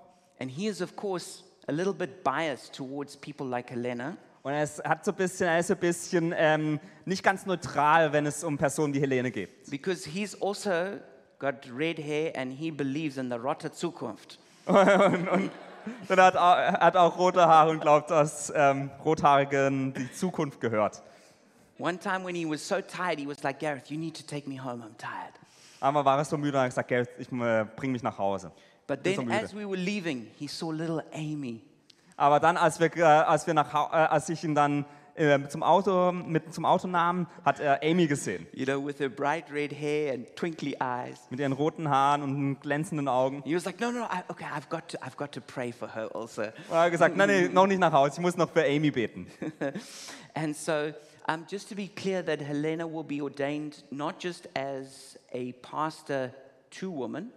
Speaker 1: And he is, of course, a little bit biased towards people like Helena.
Speaker 2: Und er ist- hat so ein bisschen, er ist so ein bisschen ähm, nicht ganz neutral, wenn es um Personen wie Helene geht.
Speaker 1: Because he's also got red hair and he believes in the rotte Zukunft.
Speaker 2: Und er hat, au- er hat auch rote Haare und glaubt, dass ähm, Rothaarigen die Zukunft gehört.
Speaker 1: One time when he was so tired, he was like, Gareth, you need to take me home, I'm tired.
Speaker 2: Aber war es so müde und hat gesagt, Geld, ich äh, bring mich nach Hause.
Speaker 1: But
Speaker 2: Bin so
Speaker 1: then
Speaker 2: müde.
Speaker 1: as we were leaving, he saw little Amy.
Speaker 2: Aber dann, als, wir, äh, als, wir nach, Hau- äh, als ich ihn dann äh, zum, Auto, mit zum Auto nahm, hat er Amy gesehen.
Speaker 1: You know, with her bright red hair and twinkly eyes.
Speaker 2: Mit ihren roten Haaren und glänzenden Augen.
Speaker 1: He was like, no, no, no I, okay, I've got, to, I've got to pray for her also.
Speaker 2: Und er hat gesagt, nein, nein, noch nicht nach Hause, ich muss noch für Amy beten.
Speaker 1: And so, um, just to be clear, that Helena will be ordained not just as a pastor to women,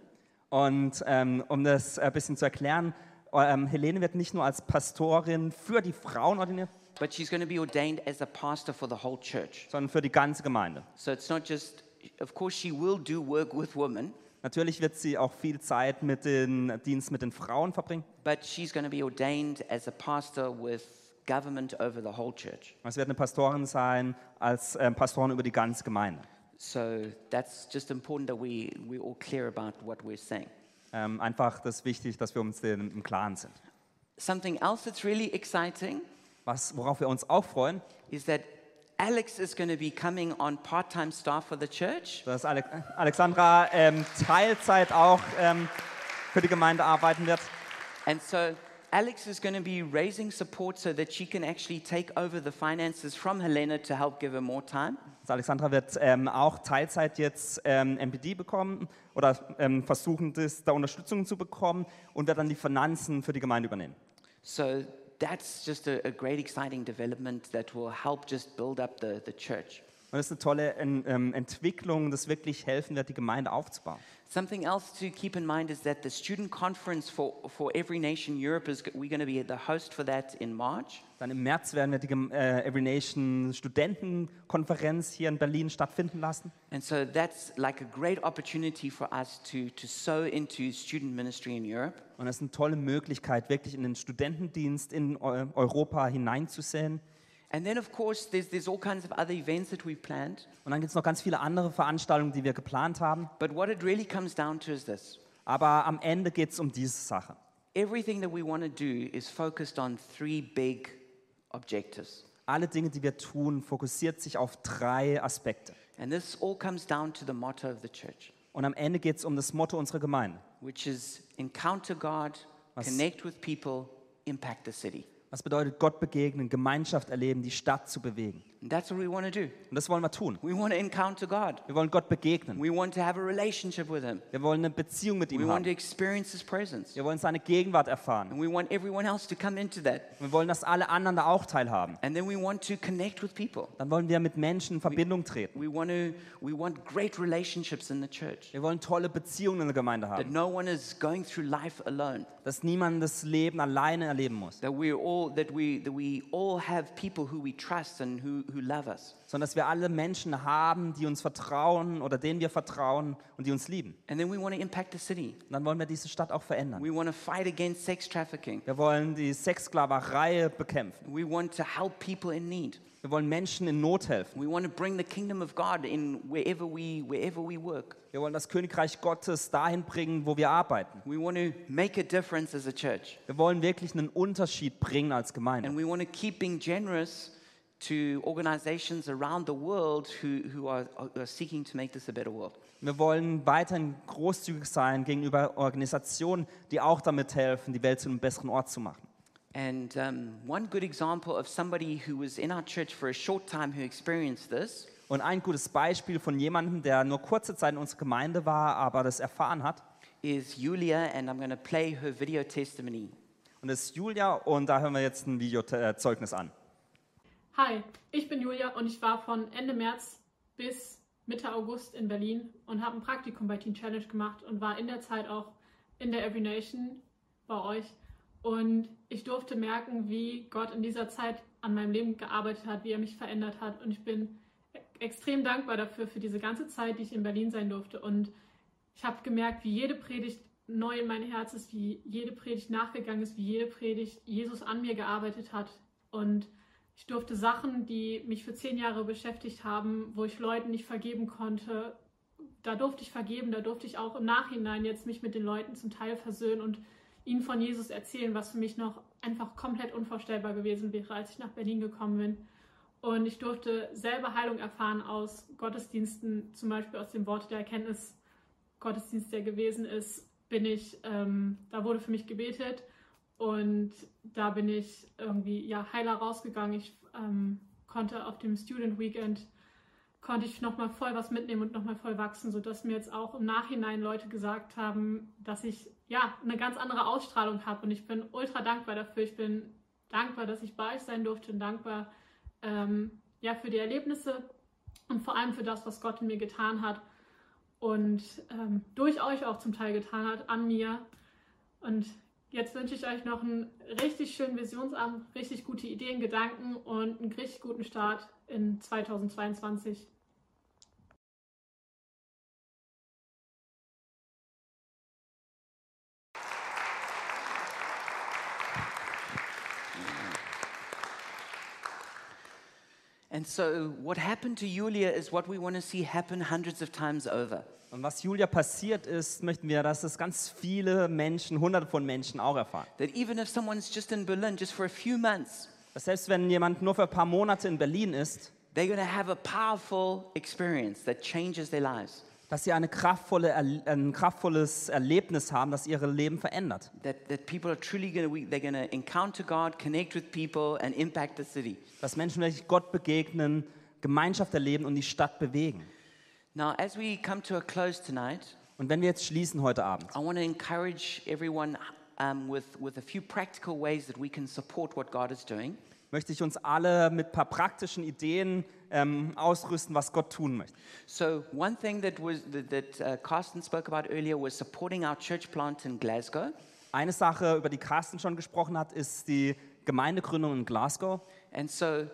Speaker 2: Und ähm, um das ein bisschen zu erklären, ähm, Helene wird nicht nur als Pastorin für die Frauen ordiniert,
Speaker 1: but she's going to be ordained as a pastor for the whole church.
Speaker 2: sondern für die ganze Gemeinde.
Speaker 1: So it's not just, of course, she will do work with women,
Speaker 2: Natürlich wird sie auch viel Zeit mit dem Dienst mit den Frauen verbringen.
Speaker 1: but she's going to be ordained as a pastor with government over the whole church.
Speaker 2: Es wird eine Pastorin sein, als ähm, Pastorin über die ganze Gemeinde.
Speaker 1: So that's just important that we, we're all clear about what we're saying.
Speaker 2: Ähm, einfach das ist wichtig, dass wir uns dem im Klaren sind.
Speaker 1: Something else that's really exciting
Speaker 2: Was, worauf wir uns auch freuen,
Speaker 1: is that Alex is going to be coming on part time staff for the church.
Speaker 2: dass Ale Alexandra ähm, Teilzeit auch ähm, für die Gemeinde arbeiten wird.
Speaker 1: And so Alex is going to be raising support so that she can actually take over the finances from Helena to help give her more time.
Speaker 2: Also Alexandra wird ähm, auch Teilzeit jetzt ähm, MPD bekommen oder ähm, versuchen, das, da Unterstützung zu bekommen und wird dann die Finanzen für die Gemeinde übernehmen.
Speaker 1: So that's just a, a great, exciting development that will help just build up the, the church.
Speaker 2: Und das ist eine tolle en- ähm, Entwicklung, das wirklich helfen wird, die Gemeinde aufzubauen.
Speaker 1: Something else to keep in mind is that the student conference for, for Every Nation Europe is we're going to be the host for that in March.
Speaker 2: Dann im März werden wir die Gem- äh, Every Nation Studentenkonferenz hier in Berlin stattfinden lassen.
Speaker 1: And so that's like a great opportunity for us to, to sow into student ministry in Europe.
Speaker 2: Und das ist eine tolle Möglichkeit, wirklich in den Studentendienst in Eu- Europa hineinzusehen.
Speaker 1: And then, of course, there's, there's all kinds of other events that we've planned.
Speaker 2: Und dann gibt es noch ganz viele andere Veranstaltungen, die wir geplant haben.
Speaker 1: But what it really comes down to is this
Speaker 2: Aber am Ende geht es um diese Sache.
Speaker 1: everything that we want to do is focused on three big objectives.
Speaker 2: Alle Dinge, die wir tun, fokussiert sich auf drei Aspekte.
Speaker 1: And this all comes down to the motto of the church,
Speaker 2: Und am Ende geht es um das Motto unserer Gemeinde.
Speaker 1: which is encounter God,
Speaker 2: Was-
Speaker 1: connect with people, impact the city.
Speaker 2: Was bedeutet Gott begegnen, Gemeinschaft erleben, die Stadt zu bewegen?
Speaker 1: And that's what we want to do.
Speaker 2: Und das wollen wir tun.
Speaker 1: We want to encounter God.
Speaker 2: Wir wollen Gott begegnen.
Speaker 1: We want to have a relationship with Him.
Speaker 2: Wir wollen eine Beziehung mit
Speaker 1: We
Speaker 2: ihm
Speaker 1: want to
Speaker 2: haben.
Speaker 1: experience His presence.
Speaker 2: Wir wollen seine Gegenwart erfahren.
Speaker 1: And we want everyone else to come into that.
Speaker 2: Wir wollen, dass alle anderen da auch teilhaben.
Speaker 1: And then we want to connect with people.
Speaker 2: Dann wollen wir mit Menschen in Verbindung treten.
Speaker 1: We want to we want great relationships in the church.
Speaker 2: Wir wollen tolle Beziehungen in der Gemeinde
Speaker 1: That
Speaker 2: haben.
Speaker 1: no one is going through life alone.
Speaker 2: Dass niemand das Leben alleine erleben muss.
Speaker 1: That we all that we that we all have people who we trust and who, who love us.
Speaker 2: Sondern dass wir alle Menschen haben, die uns vertrauen oder denen wir vertrauen und die uns lieben.
Speaker 1: And then we want to impact the city.
Speaker 2: Und dann wollen wir diese Stadt auch verändern.
Speaker 1: We want to fight against sex trafficking.
Speaker 2: Wir wollen die Sexsklaverei bekämpfen.
Speaker 1: We want to help people in need.
Speaker 2: Wir wollen Menschen in Not helfen.
Speaker 1: We want to bring the kingdom of God in wherever we wherever we work.
Speaker 2: Wir wollen das Königreich Gottes dahin bringen, wo wir arbeiten.
Speaker 1: We want to make a difference as a church.
Speaker 2: Wir wollen wirklich einen Unterschied bringen als
Speaker 1: And
Speaker 2: Gemeinde.
Speaker 1: we want to keep being generous to organizations around the world who, who are, are seeking to make this a better world.
Speaker 2: Wir wollen weiterhin großzügig sein gegenüber Organisationen, die auch damit helfen, die Welt zu einem besseren Ort zu machen.
Speaker 1: And um, one good example of somebody who was in our church for a short time who experienced this
Speaker 2: Und ein gutes Beispiel von jemandem, der nur kurze Zeit in unserer Gemeinde war, aber das erfahren hat,
Speaker 1: is Yulia, and I'm going to play her video testimony.
Speaker 2: und das ist Julia. Und da hören wir jetzt ein Videozeugnis an.
Speaker 5: Hi, ich bin Julia und ich war von Ende März bis Mitte August in Berlin und habe ein Praktikum bei Teen Challenge gemacht und war in der Zeit auch in der Every Nation bei euch. Und ich durfte merken, wie Gott in dieser Zeit an meinem Leben gearbeitet hat, wie er mich verändert hat. Und ich bin extrem dankbar dafür, für diese ganze Zeit, die ich in Berlin sein durfte. Und ich habe gemerkt, wie jede Predigt neu in mein Herz ist, wie jede Predigt nachgegangen ist, wie jede Predigt Jesus an mir gearbeitet hat. Und ich durfte Sachen, die mich für zehn Jahre beschäftigt haben, wo ich Leuten nicht vergeben konnte, da durfte ich vergeben, da durfte ich auch im Nachhinein jetzt mich mit den Leuten zum Teil versöhnen und ihnen von Jesus erzählen, was für mich noch einfach komplett unvorstellbar gewesen wäre, als ich nach Berlin gekommen bin. Und ich durfte selber Heilung erfahren aus Gottesdiensten, zum Beispiel aus dem Wort der Erkenntnis Gottesdienst, der gewesen ist, bin ich, ähm, da wurde für mich gebetet und da bin ich irgendwie ja heiler rausgegangen. Ich ähm, konnte auf dem Student Weekend konnte ich nochmal voll was mitnehmen und nochmal voll wachsen, sodass mir jetzt auch im Nachhinein Leute gesagt haben, dass ich ja eine ganz andere Ausstrahlung habe und ich bin ultra dankbar dafür. Ich bin dankbar, dass ich bei euch sein durfte und dankbar ähm, ja, für die Erlebnisse und vor allem für das, was Gott in mir getan hat und ähm, durch euch auch zum Teil getan hat, an mir. Und jetzt wünsche ich euch noch einen richtig schönen Visionsabend, richtig gute Ideen, Gedanken und einen richtig guten Start in 2022.
Speaker 1: And so, what happened to Yulia is what we want to see happen hundreds of times over.
Speaker 2: Und was Julia passiert ist, möchten wir, dass es ganz viele Menschen, hunderte von Menschen auch erfahren.
Speaker 1: That even if someone's just in Berlin just for a few months,
Speaker 2: Dass selbst wenn jemand nur für ein paar Monate in Berlin ist,
Speaker 1: they're going to have a powerful experience that changes their lives.
Speaker 2: dass sie eine kraftvolle, Erl- ein kraftvolles Erlebnis haben, das ihre Leben verändert.
Speaker 1: That, that people are truly going to, they're going to encounter God, connect with people, and impact the city.
Speaker 2: Dass Menschen wirklich Gott begegnen, Gemeinschaft erleben und die Stadt bewegen.
Speaker 1: Now, as we come to a close tonight,
Speaker 2: Und wenn wir jetzt schließen heute Abend,
Speaker 1: I want to encourage everyone um, with, with a few practical ways that we can support what God is doing.
Speaker 2: möchte ich uns alle mit ein paar praktischen Ideen ähm, ausrüsten, was Gott tun möchte.
Speaker 1: So, one thing that, was, that, that uh, Carsten spoke about earlier was supporting our church plant in Glasgow.
Speaker 2: Eine Sache, über die Carsten schon gesprochen hat, ist die Gemeindegründung in Glasgow.
Speaker 1: And so,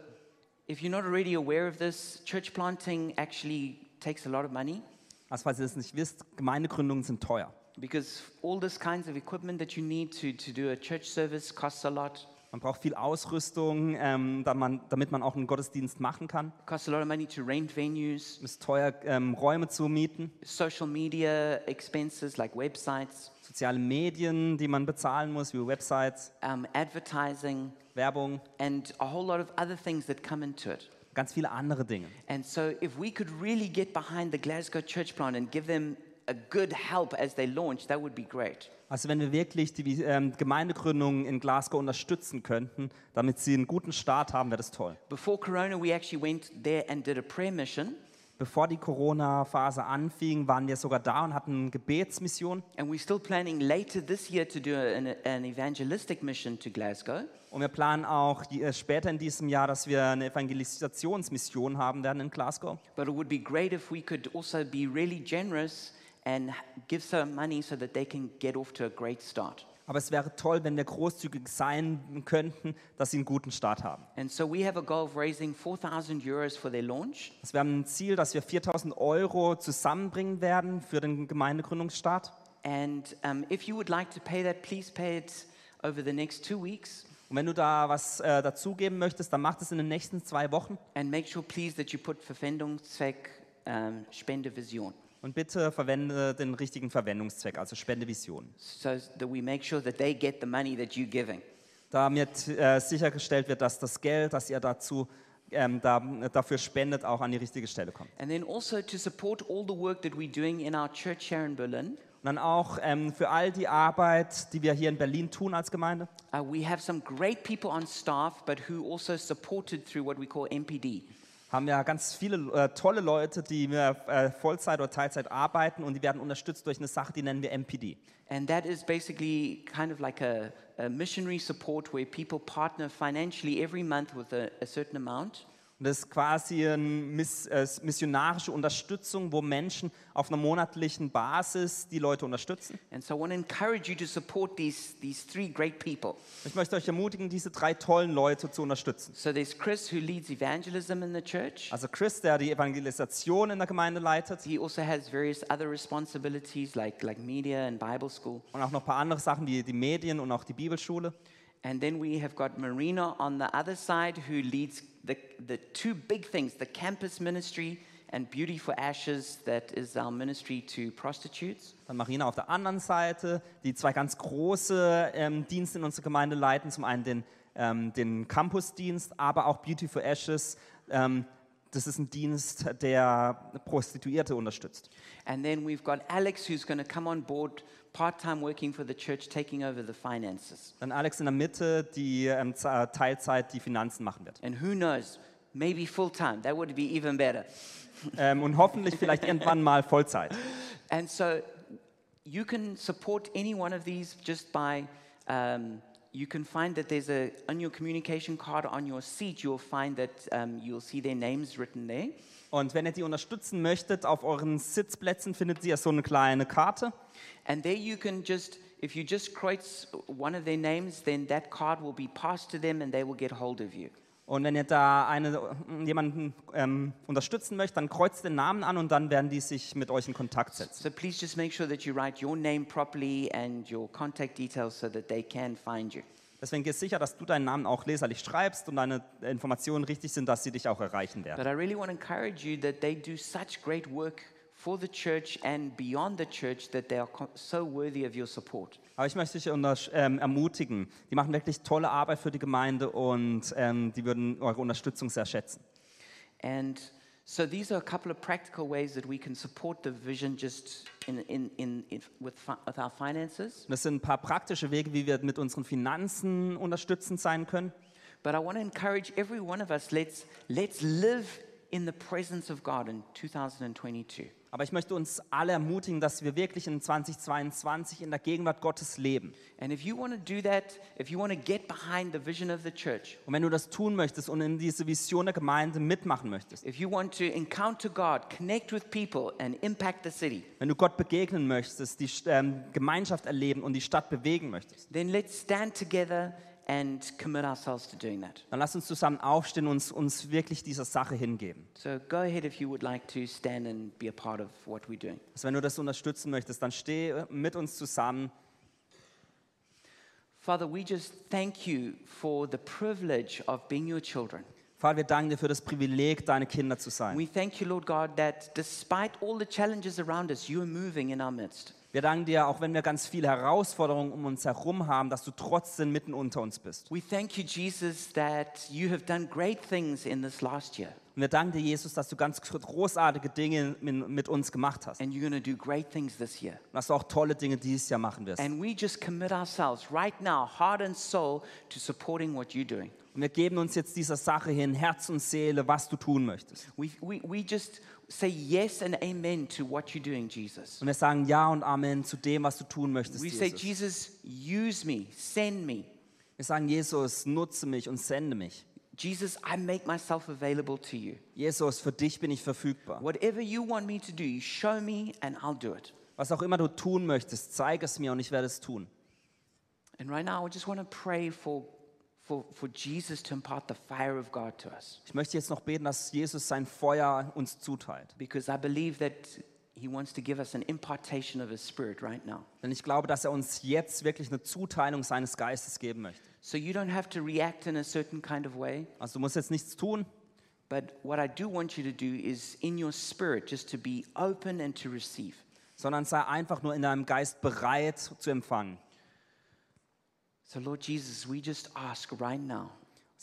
Speaker 1: if you're not already aware of this, church planting actually takes a lot of money
Speaker 2: Also falls ihr das nicht wisst, Gemeindegründungen sind teuer.
Speaker 1: because all this kinds of equipment that you need to, to do a church service costs a lot.
Speaker 2: Man braucht viel Ausrüstung, ähm, da man, damit man auch einen Gottesdienst machen kann.
Speaker 1: costs a lot of money to rent venues,
Speaker 2: Es ist teuer, ähm, Räume zu mieten,
Speaker 1: social media expenses like websites,
Speaker 2: soziale Medien, die man bezahlen muss, wie Websites,
Speaker 1: um, advertising,
Speaker 2: Werbung,
Speaker 1: and a whole lot of other things that come into it.
Speaker 2: ganz viele andere Dinge.
Speaker 1: And so, if we could really get behind the Glasgow church plan and give them a good help as they launch, that would be great.
Speaker 2: Also wenn wir wirklich die ähm, Gemeindegründungen in Glasgow unterstützen könnten, damit sie einen guten Start haben, wäre das toll.
Speaker 1: Before Corona, we actually went there and did a prayer mission,
Speaker 2: Bevor die Corona-Phase anfing, waren wir sogar da und hatten eine Gebetsmission.
Speaker 1: and we're still planning later this year to do an, an evangelistic mission to Glasgow.
Speaker 2: Und wir planen auch die- äh, später in diesem Jahr, dass wir eine Evangelisationsmission haben werden in Glasgow.
Speaker 1: But it would be great if we could also be really generous and give some money so that they can get off to a great start.
Speaker 2: Aber es wäre toll, wenn wir großzügig sein könnten, dass sie einen guten Start haben.
Speaker 1: And so we have a goal of raising 4,000 euros for their launch.
Speaker 2: Also wir haben ein Ziel, dass wir 4000 Euro zusammenbringen werden für den Gemeindegründungsstart.
Speaker 1: And um, if you would like to pay that, please pay it over the next two weeks.
Speaker 2: Und wenn du da was äh, dazugeben möchtest, dann mach das in den nächsten zwei Wochen.
Speaker 1: And make sure, please, that you put Verwendungszweck um, Spendevision
Speaker 2: Und bitte verwende den richtigen Verwendungszweck, also Spendevision.
Speaker 1: so that we make sure that they get the money that you're giving.
Speaker 2: Damit äh, sichergestellt wird, dass das Geld, das ihr dazu, ähm, da, dafür spendet, auch an die richtige Stelle kommt.
Speaker 1: And then also to support all the work that we're doing in our church here in Berlin,
Speaker 2: Und dann auch ähm, für all die Arbeit, die wir hier in Berlin tun als Gemeinde.
Speaker 1: uh, we have some great people on staff, but who also supported through what we call MPD.
Speaker 2: haben wir ganz viele äh, tolle Leute, die wir äh, Vollzeit oder Teilzeit arbeiten und die werden unterstützt durch eine Sache, die nennen wir MPD.
Speaker 1: And that is basically kind of like a, a missionary support where people partner financially every month with a, a certain amount.
Speaker 2: Und das ist quasi eine miss, äh, missionarische Unterstützung, wo Menschen auf einer monatlichen Basis die Leute unterstützen.
Speaker 1: And so I want to encourage you to support these, these three great people.
Speaker 2: Ich möchte euch ermutigen, diese drei tollen Leute zu unterstützen.
Speaker 1: So there's Chris, who leads evangelism in the church.
Speaker 2: Also Chris, der die Evangelisation in der Gemeinde leitet
Speaker 1: He also has various other responsibilities like, like media and Bible school.
Speaker 2: und auch noch ein paar andere Sachen, die, die Medien und auch die Bibelschule.
Speaker 1: And then we have got Marina on the other side, who leads the, the two big things the campus ministry and Beauty for Ashes, that is our ministry to prostitutes.
Speaker 2: Dann Marina auf der anderen Seite, die zwei ganz große ähm, Dienste in unserer Gemeinde leiten. Zum einen den, ähm, den Campusdienst, aber auch Beauty for Ashes. Ähm, das ist ein Dienst, der Prostituierte unterstützt.
Speaker 1: And then we've got Alex, who's going to come on board part time working for the church, taking over the finances.
Speaker 2: Dann Alex in der Mitte, die ähm, Z- äh, Teilzeit die Finanzen machen wird.
Speaker 1: And who knows, maybe full time. That would be even better.
Speaker 2: Ähm, und hoffentlich vielleicht irgendwann mal Vollzeit.
Speaker 1: And so you can support any one of these just by. Um, you can find that there's a on your communication card on your seat. You'll find that um, you'll see their names written there,
Speaker 2: Und wenn ihr die unterstützen möchtet, auf euren Sitzplätzen findet ihr so eine kleine Karte.
Speaker 1: and there you can just if you just kreuz one of their names, then that card will be passed to them, and they will get hold of you.
Speaker 2: Und wenn ihr da eine, äh, jemanden ähm, unterstützen möchtet, dann kreuzt den Namen an und dann werden die sich mit euch in Kontakt setzen.
Speaker 1: So please just make sure that you write your name properly and your contact details so that they can find you.
Speaker 2: Deswegen geh sicher, dass du deinen Namen auch leserlich schreibst und deine Informationen richtig sind, dass sie dich auch erreichen werden.
Speaker 1: But I really want to encourage you that they do such great work for the church and beyond the church that they are co- so worthy of your support.
Speaker 2: Aber ich möchte dich untersch- ähm, ermutigen. Die machen wirklich tolle Arbeit für die Gemeinde und ähm, die würden eure Unterstützung sehr schätzen.
Speaker 1: And So these are a couple of practical ways that we can support the vision just in, in, in, in with, fi- with our finances.
Speaker 2: Das sind ein paar praktische Wege, wie wir mit unseren Finanzen unterstützend sein können.
Speaker 1: But I want to encourage every one of us, let's, let's live in the presence of God in 2022.
Speaker 2: Aber ich möchte uns alle ermutigen, dass wir wirklich in 2022 in der Gegenwart Gottes leben.
Speaker 1: And if you want to do that, if you want to get behind the vision of the church,
Speaker 2: Und wenn du das tun möchtest und in diese Vision der Gemeinde mitmachen möchtest,
Speaker 1: if you want to encounter God, connect with people, and impact the city,
Speaker 2: wenn du Gott begegnen möchtest, die ähm, Gemeinschaft erleben und die Stadt bewegen möchtest,
Speaker 1: then let's stand together and commit ourselves to doing that.
Speaker 2: dann lass uns zusammen aufstehen und uns, uns wirklich dieser Sache hingeben.
Speaker 1: So go ahead if you would like to stand and be a part of what we're doing.
Speaker 2: Also wenn du das unterstützen möchtest, dann steh äh, mit uns zusammen.
Speaker 1: Father, we just thank you for the privilege of being your children.
Speaker 2: Vater, wir danken dir für das Privileg, deine Kinder zu sein.
Speaker 1: We thank you, Lord God, that despite all the challenges around us, you are moving in our midst.
Speaker 2: Wir danken dir, auch wenn wir ganz viele Herausforderungen um uns herum haben, dass du trotzdem mitten unter uns bist.
Speaker 1: We thank you, Jesus, that you have done great things in this last year,
Speaker 2: Und wir danken dir, Jesus, dass du ganz großartige Dinge min- mit uns gemacht hast. Und
Speaker 1: and you're going to do great things this year.
Speaker 2: dass du auch tolle Dinge dieses Jahr machen wirst.
Speaker 1: And we just commit ourselves right now, heart and soul, to supporting what you're doing.
Speaker 2: Und wir geben uns jetzt dieser Sache hin, Herz und Seele, was du tun möchtest.
Speaker 1: We, we, we just say yes and amen to what you're doing, Jesus.
Speaker 2: Und wir sagen Ja und Amen zu dem, was du tun möchtest,
Speaker 1: We say,
Speaker 2: Jesus.
Speaker 1: Jesus, use me, send me.
Speaker 2: Wir sagen, Jesus, nutze mich und sende mich.
Speaker 1: Jesus, I make myself available to you.
Speaker 2: Jesus, für dich bin ich verfügbar.
Speaker 1: Whatever you want me to do, you show me and I'll do it.
Speaker 2: Was auch immer du tun möchtest, zeig es mir und ich werde es tun.
Speaker 1: And right now, I just want to pray for, for, for Jesus to impart the fire of God to us
Speaker 2: Ich möchte jetzt noch beten, dass Jesus sein Feuer uns zuteilt.
Speaker 1: because I believe that He wants to give us an impartation of His Spirit right now.
Speaker 2: Denn ich glaube, dass er uns jetzt wirklich eine Zuteilung seines Geistes geben möchte.
Speaker 1: So you don't have to react in a certain kind of way,
Speaker 2: Also du musst jetzt nichts tun,
Speaker 1: but what I do want you to do is in your spirit just to be open and to receive.
Speaker 2: sondern sei einfach nur in deinem Geist bereit zu empfangen.
Speaker 1: So, Lord Jesus, we just ask right now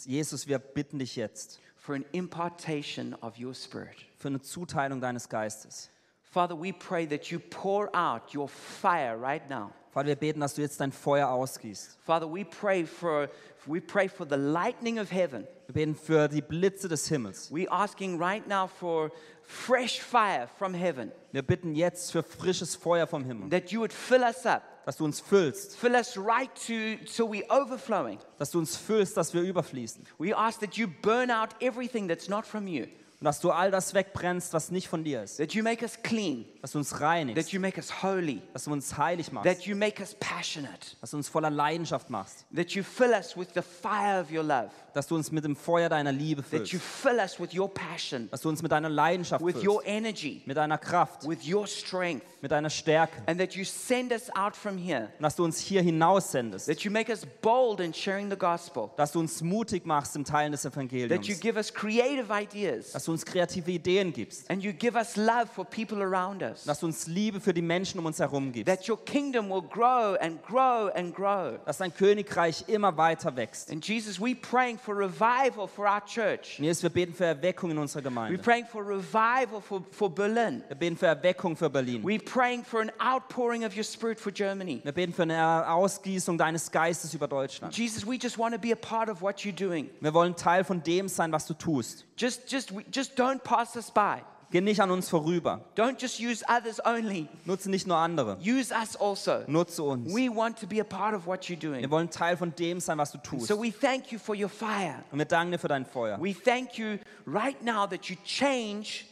Speaker 2: Jesus, wir bitten dich jetzt
Speaker 1: for an impartation of your Spirit.
Speaker 2: für eine Zuteilung deines Geistes.
Speaker 1: Father, we pray that you pour out your fire right now.
Speaker 2: Vater, wir beten, dass du jetzt dein Feuer ausgießt.
Speaker 1: Father, we pray for we pray for the lightning of heaven.
Speaker 2: Wir beten für die Blitze des Himmels.
Speaker 1: We're asking right now for fresh fire from heaven
Speaker 2: Wir bitten jetzt für frisches Feuer vom Himmel,
Speaker 1: that you would fill us up,
Speaker 2: dass du uns füllst,
Speaker 1: fill us right to till we overflowing.
Speaker 2: dass du uns füllst, dass wir überfließen
Speaker 1: We ask that you burn out everything that's not from you,
Speaker 2: und dass du all das wegbrennst, was nicht von dir ist,
Speaker 1: that you make us clean,
Speaker 2: dass du uns
Speaker 1: that
Speaker 2: reinigst,
Speaker 1: you make us holy,
Speaker 2: dass du uns heilig machst,
Speaker 1: that you make us passionate,
Speaker 2: dass du uns voller Leidenschaft machst,
Speaker 1: that you fill us with the fire of your love,
Speaker 2: dass du uns mit dem Feuer deiner Liebe
Speaker 1: that you
Speaker 2: füllst,
Speaker 1: fill us with your passion,
Speaker 2: dass du uns mit deiner Leidenschaft
Speaker 1: with your
Speaker 2: füllst,
Speaker 1: energy,
Speaker 2: mit deiner Kraft,
Speaker 1: with your strength.
Speaker 2: mit deiner Stärke
Speaker 1: and that you send us out from here,
Speaker 2: und dass du uns hier hinaus sendest,
Speaker 1: that you make us bold in sharing the gospel,
Speaker 2: dass du uns mutig machst im Teilen des
Speaker 1: that you
Speaker 2: Evangeliums,
Speaker 1: give us creative ideas,
Speaker 2: dass du uns kreative Ideen gibst.
Speaker 1: and you give us love for people around us,
Speaker 2: dass du uns Liebe für die Menschen um uns herum gibst,
Speaker 1: that your kingdom will grow and grow and grow.
Speaker 2: dass dein Königreich immer weiter wächst.
Speaker 1: And Jesus, we're praying for revival for our church.
Speaker 2: Und Jesus, wir beten für Erweckung in unserer
Speaker 1: We're
Speaker 2: Gemeinde.
Speaker 1: praying for revival for, for Berlin.
Speaker 2: Wir beten für Erweckung für Berlin.
Speaker 1: We're praying for an outpouring of your spirit for Germany.
Speaker 2: Wir beten für eine Ausgießung deines Geistes über Deutschland.
Speaker 1: Jesus, we just want to be a part of what you're doing.
Speaker 2: Wir wollen Teil von dem sein, was du tust.
Speaker 1: Just, just, we- just don't pass us by.
Speaker 2: Geh nicht an uns vorüber.
Speaker 1: Don't just use others only.
Speaker 2: Nutze nicht nur andere.
Speaker 1: Use us also.
Speaker 2: Nutze uns.
Speaker 1: We want to be a part of what you're doing.
Speaker 2: Wir wollen Teil von dem sein, was du tust.
Speaker 1: So
Speaker 2: Und
Speaker 1: we thank you for your fire.
Speaker 2: wir danken dir für dein Feuer.
Speaker 1: We thank you right now that you change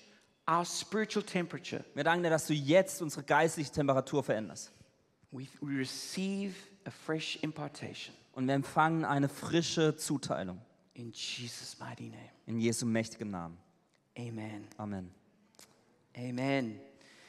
Speaker 1: our spiritual temperature.
Speaker 2: Wir danken dir, dass du jetzt unsere geistliche Temperatur veränderst.
Speaker 1: We, we receive a fresh impartation
Speaker 2: Und wir empfangen eine frische Zuteilung.
Speaker 1: in Jesus' mighty name.
Speaker 2: In Jesu mächtigem Namen.
Speaker 1: Amen.
Speaker 2: Amen.
Speaker 1: Amen.